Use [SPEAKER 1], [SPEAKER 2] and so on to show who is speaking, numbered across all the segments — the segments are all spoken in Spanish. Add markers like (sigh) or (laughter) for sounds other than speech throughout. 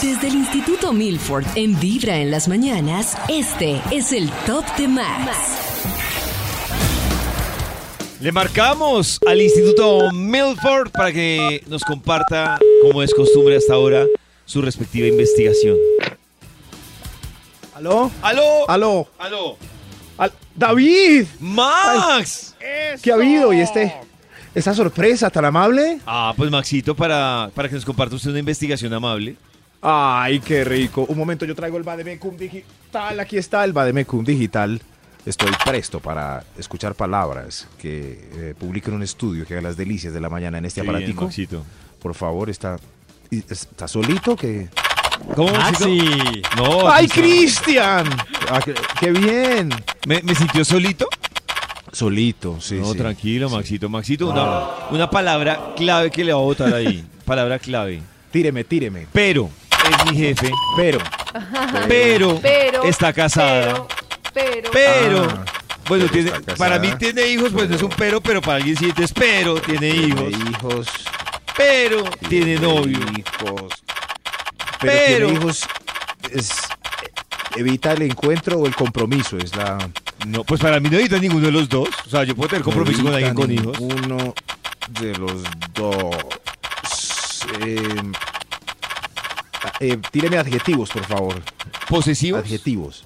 [SPEAKER 1] Desde el Instituto Milford, en Vibra en las mañanas, este es el Top de Max.
[SPEAKER 2] Le marcamos al Instituto Milford para que nos comparta, como es costumbre hasta ahora, su respectiva investigación.
[SPEAKER 3] ¿Aló?
[SPEAKER 2] ¡Aló!
[SPEAKER 3] ¡Aló!
[SPEAKER 2] ¡Aló!
[SPEAKER 3] Al- ¡David!
[SPEAKER 2] ¡Max!
[SPEAKER 3] ¿Qué ha habido? ¿Y este, esta sorpresa tan amable?
[SPEAKER 2] Ah, pues Maxito, para, para que nos comparta usted una investigación amable.
[SPEAKER 3] ¡Ay, qué rico! Un momento, yo traigo el Bademecum Digital. Aquí está el Bademecum Digital. Estoy presto para escuchar palabras que eh, publiquen un estudio que haga las delicias de la mañana en este
[SPEAKER 2] Qué bien,
[SPEAKER 3] aparatico.
[SPEAKER 2] Maxito.
[SPEAKER 3] Por favor, está, y- está solito que...
[SPEAKER 2] ¿Cómo, Maxito? No,
[SPEAKER 3] ¡Ay,
[SPEAKER 2] Maxito.
[SPEAKER 3] Cristian! Ah, qué, qué bien!
[SPEAKER 2] ¿Me, me sintió solito?
[SPEAKER 3] Solito, sí,
[SPEAKER 2] no,
[SPEAKER 3] sí. Ah.
[SPEAKER 2] tranquilo, Maxito. Maxito, una, una palabra clave que le va a
[SPEAKER 3] (laughs)
[SPEAKER 2] botar ahí. palabra clave.
[SPEAKER 3] Tíreme, tíreme.
[SPEAKER 2] Pero, es mi jefe.
[SPEAKER 3] Pero...
[SPEAKER 2] Pero,
[SPEAKER 4] Pero,
[SPEAKER 2] está casada.
[SPEAKER 4] Pero,
[SPEAKER 2] Pero.
[SPEAKER 3] Ah,
[SPEAKER 2] bueno,
[SPEAKER 3] pero
[SPEAKER 2] tiene,
[SPEAKER 3] está casada.
[SPEAKER 2] para mí tiene hijos, pues no es un pero, pero para alguien sí es pero, tiene hijos.
[SPEAKER 3] hijos.
[SPEAKER 2] Pero tiene novio.
[SPEAKER 3] Hijos. Pero,
[SPEAKER 2] Pero-
[SPEAKER 3] tiene hijos es- evita el encuentro o el compromiso. Es la.
[SPEAKER 2] No, pues para mí no necesita ninguno de los dos. O sea, yo puedo tener compromiso con alguien con hijos.
[SPEAKER 3] Uno de los dos. Eh, eh, tíreme adjetivos, por favor.
[SPEAKER 2] ¿Posesivo?
[SPEAKER 3] Adjetivos.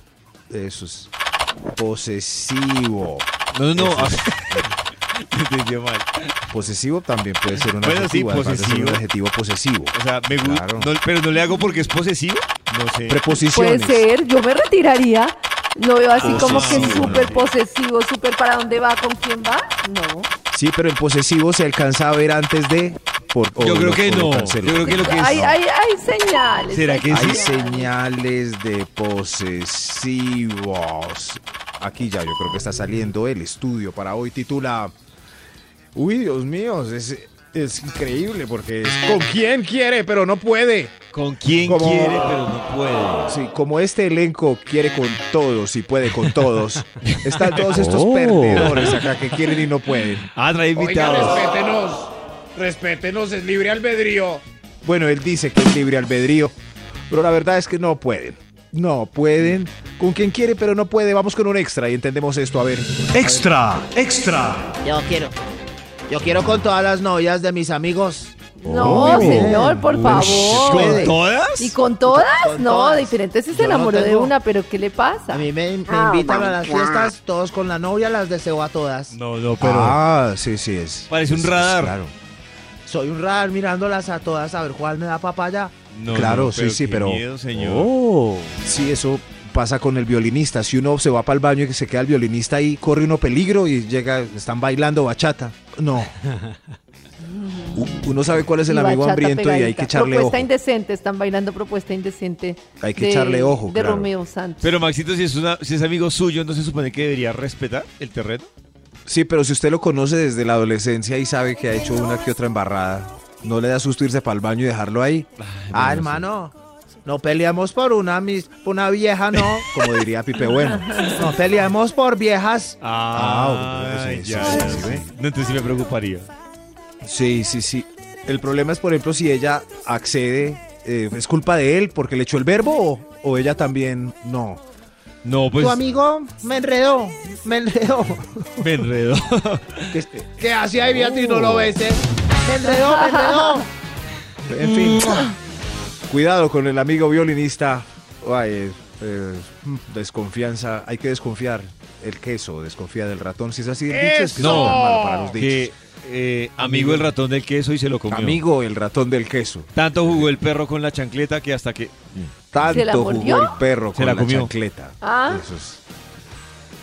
[SPEAKER 3] Eso es. Posesivo.
[SPEAKER 2] No, no, no. Ah,
[SPEAKER 3] Eso es-
[SPEAKER 2] (laughs) Me entendió mal.
[SPEAKER 3] Posesivo también puede ser un
[SPEAKER 2] Bueno, sí,
[SPEAKER 3] adjetivo. además de ser
[SPEAKER 2] posesivo.
[SPEAKER 3] un adjetivo posesivo.
[SPEAKER 2] O sea, me gusta.
[SPEAKER 3] Claro.
[SPEAKER 2] pero no le hago porque es posesivo. No sé.
[SPEAKER 4] puede
[SPEAKER 3] Preposiciones.
[SPEAKER 4] ser, yo me retiraría. Lo veo así como que
[SPEAKER 3] Posesivo.
[SPEAKER 4] súper posesivo, súper para dónde va, con quién va. No.
[SPEAKER 3] Sí, pero el posesivo se alcanza a ver antes de. Por, o
[SPEAKER 2] Yo creo
[SPEAKER 3] lo-
[SPEAKER 2] que
[SPEAKER 3] o lo
[SPEAKER 2] no. Yo
[SPEAKER 3] canceló.
[SPEAKER 2] creo que lo que es.
[SPEAKER 4] Hay, hay, hay señales.
[SPEAKER 2] ¿Será
[SPEAKER 4] hay
[SPEAKER 2] que sí?
[SPEAKER 3] Hay
[SPEAKER 4] señales.
[SPEAKER 3] señales de posesivos. Aquí ya yo creo que está saliendo el estudio para hoy. Titula. Uy, Dios mío, es, es increíble porque es con quién quiere, pero no puede.
[SPEAKER 2] Con quien
[SPEAKER 3] Como-
[SPEAKER 2] quiere, pero no puede.
[SPEAKER 3] Sí, como este elenco quiere con todos y puede con todos, están todos estos perdedores acá que quieren y no pueden.
[SPEAKER 2] Ah, trae invitados.
[SPEAKER 5] respétenos. Respétenos, es libre albedrío.
[SPEAKER 3] Bueno, él dice que es libre albedrío, pero la verdad es que no pueden. No pueden. Con quien quiere, pero no puede. Vamos con un extra y entendemos esto. A ver.
[SPEAKER 5] Extra, extra.
[SPEAKER 6] Yo quiero. Yo quiero con todas las novias de mis amigos.
[SPEAKER 4] No,
[SPEAKER 3] Oh.
[SPEAKER 4] señor, por
[SPEAKER 3] Uy,
[SPEAKER 4] favor.
[SPEAKER 2] ¿Con todas?
[SPEAKER 4] ¿Y con todas?
[SPEAKER 6] Con
[SPEAKER 4] no,
[SPEAKER 6] todas.
[SPEAKER 4] diferente si se
[SPEAKER 6] Yo no
[SPEAKER 4] enamoró de
[SPEAKER 6] tengo-
[SPEAKER 4] una, pero ¿qué le pasa?
[SPEAKER 6] A mí me, me invitan a las fiestas, todos con la novia, las deseo a todas.
[SPEAKER 2] No, no, pero.
[SPEAKER 3] Ah, sí, sí es.
[SPEAKER 2] Parece un
[SPEAKER 3] es- es
[SPEAKER 2] radar.
[SPEAKER 3] Claro,
[SPEAKER 6] Soy un radar mirándolas a todas a ver cuál me da papaya.
[SPEAKER 2] No,
[SPEAKER 3] claro,
[SPEAKER 2] no,
[SPEAKER 3] sí, sí,
[SPEAKER 2] qué
[SPEAKER 3] pero.
[SPEAKER 2] miedo, señor.
[SPEAKER 3] Oh. Sí, eso pasa con el violinista. Si uno se va para el baño y se queda el violinista ahí, corre uno peligro y llega, están bailando bachata.
[SPEAKER 4] (laughs)
[SPEAKER 3] No. U- Uno sabe cuál es el
[SPEAKER 4] Y
[SPEAKER 3] amigo
[SPEAKER 4] bachata
[SPEAKER 3] hambriento y hay
[SPEAKER 4] pegadita.
[SPEAKER 3] que echarle
[SPEAKER 4] Propuesta
[SPEAKER 3] ojo.
[SPEAKER 4] indecente, están bailando propuesta indecente.
[SPEAKER 3] Hay que
[SPEAKER 4] de-
[SPEAKER 3] echarle ojo,
[SPEAKER 4] De
[SPEAKER 3] claro.
[SPEAKER 4] Romeo Santos.
[SPEAKER 2] Pero Maxito, si es, una- si es amigo suyo, ¿no se supone que debería respetar el terreno?
[SPEAKER 3] Sí, pero si usted lo conoce desde la adolescencia y sabe que ha hecho una que otra embarrada, ¿no le da susto irse para el baño y dejarlo ahí?
[SPEAKER 6] ah, hermano. No peleamos por una mis, por una vieja, no.
[SPEAKER 3] (laughs) Como diría Pipe Bueno.
[SPEAKER 6] No peleamos por viejas.
[SPEAKER 3] Ah, bueno, sí, sí, sí, sí, sí.
[SPEAKER 2] No, entonces pues sí me preocuparía.
[SPEAKER 3] Sí, sí, sí. El problema es, por ejemplo, si ella accede, eh, ¿es culpa de él porque le echó el verbo o, o ella también no?
[SPEAKER 2] No, pues
[SPEAKER 6] tu amigo me enredó. Me enredó.
[SPEAKER 2] me (laughs) enredo.
[SPEAKER 5] ¿Qué hace ahí, Beatriz? No lo ves, eh?
[SPEAKER 6] Me enredó, me enredó.
[SPEAKER 3] En fin,
[SPEAKER 4] Mm.
[SPEAKER 3] cuidado con el amigo violinista. Ay, eh, eh, desconfianza, hay que desconfiar. El queso desconfía del ratón. Si es así, el dicho es que
[SPEAKER 2] ¡Eso!
[SPEAKER 3] no. malo para los dichos.
[SPEAKER 2] que eh, amigo el ratón del queso y se lo comió.
[SPEAKER 3] Amigo, el ratón del queso.
[SPEAKER 2] Tanto jugó el perro con la chancleta que hasta que...
[SPEAKER 3] Tanto
[SPEAKER 4] la
[SPEAKER 3] jugó
[SPEAKER 4] mordió?
[SPEAKER 3] el perro
[SPEAKER 2] Se
[SPEAKER 3] con
[SPEAKER 2] la
[SPEAKER 3] la,
[SPEAKER 2] comió.
[SPEAKER 3] chancleta.
[SPEAKER 4] Ah.
[SPEAKER 3] Eso es.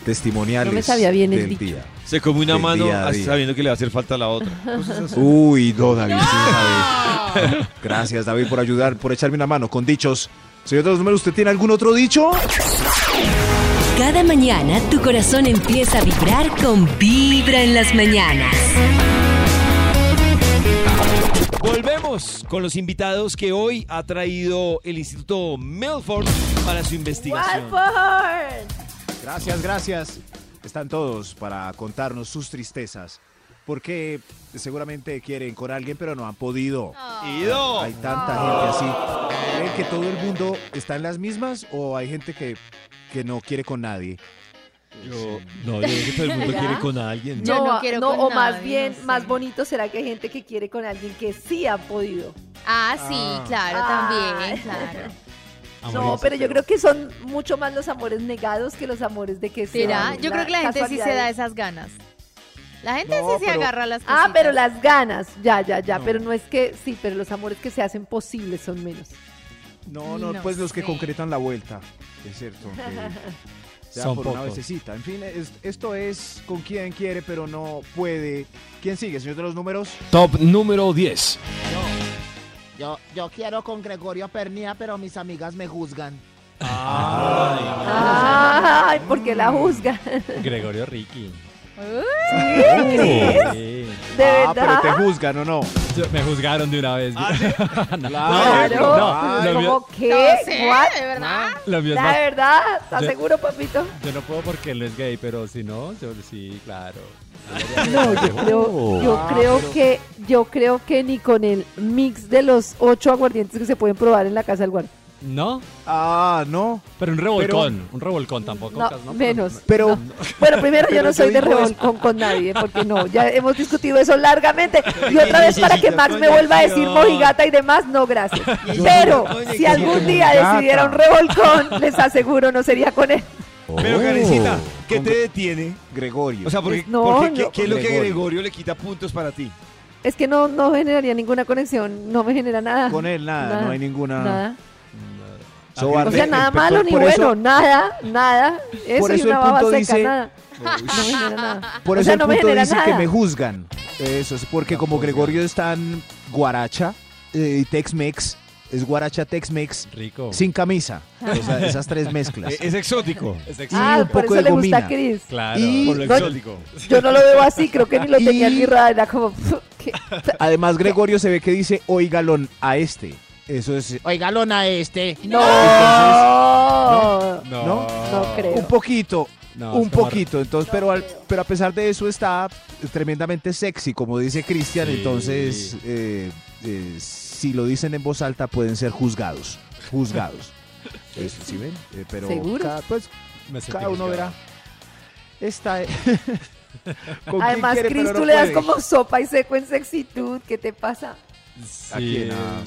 [SPEAKER 3] Testimoniales.
[SPEAKER 4] No me sabía bien el
[SPEAKER 3] del
[SPEAKER 4] dicho.
[SPEAKER 3] día.
[SPEAKER 2] Se comió una
[SPEAKER 3] Del
[SPEAKER 2] mano
[SPEAKER 3] día a
[SPEAKER 2] así
[SPEAKER 3] día.
[SPEAKER 2] sabiendo que le va a hacer falta la otra. Cosas así.
[SPEAKER 3] Uy, no,
[SPEAKER 4] (laughs)
[SPEAKER 3] David, sí, David. Gracias, David, por ayudar, por echarme una mano con dichos. Señor de los números, ¿usted tiene algún otro dicho?
[SPEAKER 1] Cada mañana tu corazón empieza a vibrar con Vibra en las mañanas.
[SPEAKER 2] Volvemos con los invitados que hoy ha traído el Instituto Milford para su investigación.
[SPEAKER 4] Walford.
[SPEAKER 3] Gracias, gracias. Están todos para contarnos sus tristezas. Porque seguramente quieren con alguien, pero no han podido.
[SPEAKER 2] Ido.
[SPEAKER 3] Hay tanta gente así. ¿Creen que todo el mundo está en las mismas o hay gente que, que no quiere con nadie?
[SPEAKER 2] Yo- no, yo creo que todo el mundo
[SPEAKER 4] ¿Ya?
[SPEAKER 2] quiere con alguien.
[SPEAKER 7] Yo no quiero con
[SPEAKER 4] o más
[SPEAKER 7] nadie,
[SPEAKER 4] bien,
[SPEAKER 7] no sé.
[SPEAKER 4] más bonito será que hay gente que quiere con alguien que sí ha podido.
[SPEAKER 7] Ah, sí, claro,
[SPEAKER 4] Ah.
[SPEAKER 7] también, claro.
[SPEAKER 4] no, pero yo creo que son mucho más los amores negados que los amores de que sí.
[SPEAKER 7] ¿Será?
[SPEAKER 4] hay.
[SPEAKER 7] Yo creo que la gente sí se
[SPEAKER 4] casualidad
[SPEAKER 7] da
[SPEAKER 4] es-
[SPEAKER 7] esas ganas. La gente
[SPEAKER 3] No,
[SPEAKER 7] sí se
[SPEAKER 3] pero-
[SPEAKER 7] agarra las cosas.
[SPEAKER 4] Ah, pero las ganas, ya, ya, ya, pero no es que, sí, pero los amores que se hacen posibles son menos.
[SPEAKER 3] No, no,
[SPEAKER 7] No
[SPEAKER 3] pues los que
[SPEAKER 7] sé.
[SPEAKER 3] concretan la vuelta. Es cierto. que sea
[SPEAKER 8] Son
[SPEAKER 3] por una
[SPEAKER 8] pocos.
[SPEAKER 3] vecesita. En fin, es- esto es con quien quiere, pero no puede. ¿Quién sigue, señor de los números?
[SPEAKER 8] Top número 10.
[SPEAKER 6] Yo, yo quiero con Gregorio Pernía, pero mis amigas me juzgan.
[SPEAKER 4] Ay, porque la juzga.
[SPEAKER 8] Gregorio Ricky. Sí.
[SPEAKER 4] (laughs) De
[SPEAKER 3] ah,
[SPEAKER 4] verdad.
[SPEAKER 3] pero te juzgan o no.
[SPEAKER 8] Me juzgaron de una vez.
[SPEAKER 2] ¿Ah,
[SPEAKER 8] (laughs)
[SPEAKER 4] Claro.
[SPEAKER 8] Ah, no, lo mío-
[SPEAKER 4] ¿Cómo qué?
[SPEAKER 7] No sé,
[SPEAKER 4] ¿What?
[SPEAKER 7] de verdad.
[SPEAKER 8] Lo mío es
[SPEAKER 4] La
[SPEAKER 8] más-
[SPEAKER 4] verdad, ¿estás
[SPEAKER 8] Yo-
[SPEAKER 4] seguro, papito?
[SPEAKER 8] Yo no puedo porque él no es gay, pero si no, yo sí, claro.
[SPEAKER 4] No, yo creo, yo creo que, yo creo que ni con el mix de los ocho aguardientes que se pueden probar en la casa del guardia.
[SPEAKER 8] No,
[SPEAKER 3] Ah, no.
[SPEAKER 8] pero un revolcón. un revolcón tampoco.
[SPEAKER 4] No,
[SPEAKER 8] Cas, ¿no?
[SPEAKER 4] menos.
[SPEAKER 3] Pero,
[SPEAKER 4] Bueno, primero yo
[SPEAKER 3] Pero
[SPEAKER 4] no
[SPEAKER 3] yo
[SPEAKER 4] soy de
[SPEAKER 3] digo es-
[SPEAKER 4] revolcón con nadie, porque no, ya hemos discutido eso largamente. Y otra vez para que Max me vuelva a decir mojigata y demás, no, gracias. Pero si algún día decidiera un revolcón, les aseguro, no sería con él.
[SPEAKER 2] Pero, Karencita, ¿qué te detiene?
[SPEAKER 3] Gregorio.
[SPEAKER 2] O sea, porque,
[SPEAKER 4] Pues no,
[SPEAKER 2] porque ¿qué,
[SPEAKER 4] no.
[SPEAKER 2] qué es lo que a
[SPEAKER 3] Gregorio.
[SPEAKER 2] Gregorio le quita puntos para ti?
[SPEAKER 4] Es que no, no generaría ninguna conexión, no me genera nada.
[SPEAKER 3] con él nada,
[SPEAKER 4] nada,
[SPEAKER 3] no hay ninguna.
[SPEAKER 4] Nada.
[SPEAKER 3] Sobarle-
[SPEAKER 4] O sea, nada
[SPEAKER 3] eh, por-
[SPEAKER 4] malo ni
[SPEAKER 3] por
[SPEAKER 4] bueno,
[SPEAKER 3] eso- (laughs)
[SPEAKER 4] nada, nada. Eso,
[SPEAKER 3] por
[SPEAKER 4] y
[SPEAKER 3] eso el
[SPEAKER 4] una baba
[SPEAKER 3] punto
[SPEAKER 4] seca,
[SPEAKER 3] dice-
[SPEAKER 4] nada.
[SPEAKER 3] (laughs)
[SPEAKER 4] No me genera nada.
[SPEAKER 3] Por
[SPEAKER 4] O
[SPEAKER 3] eso
[SPEAKER 4] sea,
[SPEAKER 3] el
[SPEAKER 4] no me
[SPEAKER 3] punto
[SPEAKER 4] genera
[SPEAKER 3] dice
[SPEAKER 4] nada.
[SPEAKER 3] que me juzgan. Eso es porque como Gregorio es tan guaracha eh, y Tex-Mex, es guaracha Tex-Mex
[SPEAKER 8] Rico.
[SPEAKER 3] sin camisa. O sea, esas tres mezclas.
[SPEAKER 2] (laughs) Eh, Es exótico.
[SPEAKER 8] Es ex-
[SPEAKER 4] Ah,
[SPEAKER 3] un
[SPEAKER 4] por
[SPEAKER 3] poco de
[SPEAKER 4] eso le gusta
[SPEAKER 3] gomina.
[SPEAKER 4] a Chris.
[SPEAKER 8] Claro.
[SPEAKER 3] y-
[SPEAKER 2] Por lo
[SPEAKER 4] No,
[SPEAKER 2] exótico.
[SPEAKER 4] Yo no lo veo así, creo que ni lo tenía
[SPEAKER 3] Y-
[SPEAKER 4] en mi radar, era como... pf, ¿qué?
[SPEAKER 3] Además, Gregorio se ve que dice, oigalón a este. Eso es
[SPEAKER 6] Oigalón a este.
[SPEAKER 4] No, no,
[SPEAKER 8] No.
[SPEAKER 3] ¿no?
[SPEAKER 4] creo.
[SPEAKER 3] un poquito,
[SPEAKER 8] No,
[SPEAKER 3] un
[SPEAKER 8] es como-
[SPEAKER 3] poquito. Entonces, pero, al- pero a pesar de eso está tremendamente sexy, como dice Cristian.
[SPEAKER 8] Sí.
[SPEAKER 3] Entonces, eh, eh, si lo dicen en voz alta, pueden ser juzgados.
[SPEAKER 8] (laughs)
[SPEAKER 3] Juzgados. Eso, ¿sí ven? Eh, pero
[SPEAKER 4] ¿Seguro?
[SPEAKER 3] Cada, pues,
[SPEAKER 8] Me sentí
[SPEAKER 3] cada uno
[SPEAKER 8] juzgado.
[SPEAKER 3] verá. Esta
[SPEAKER 8] (laughs)
[SPEAKER 4] Además, Chris, tú le das como sopa y seco en sexitud, ¿qué te pasa?
[SPEAKER 8] Sí,
[SPEAKER 3] ¿A quién? Ah.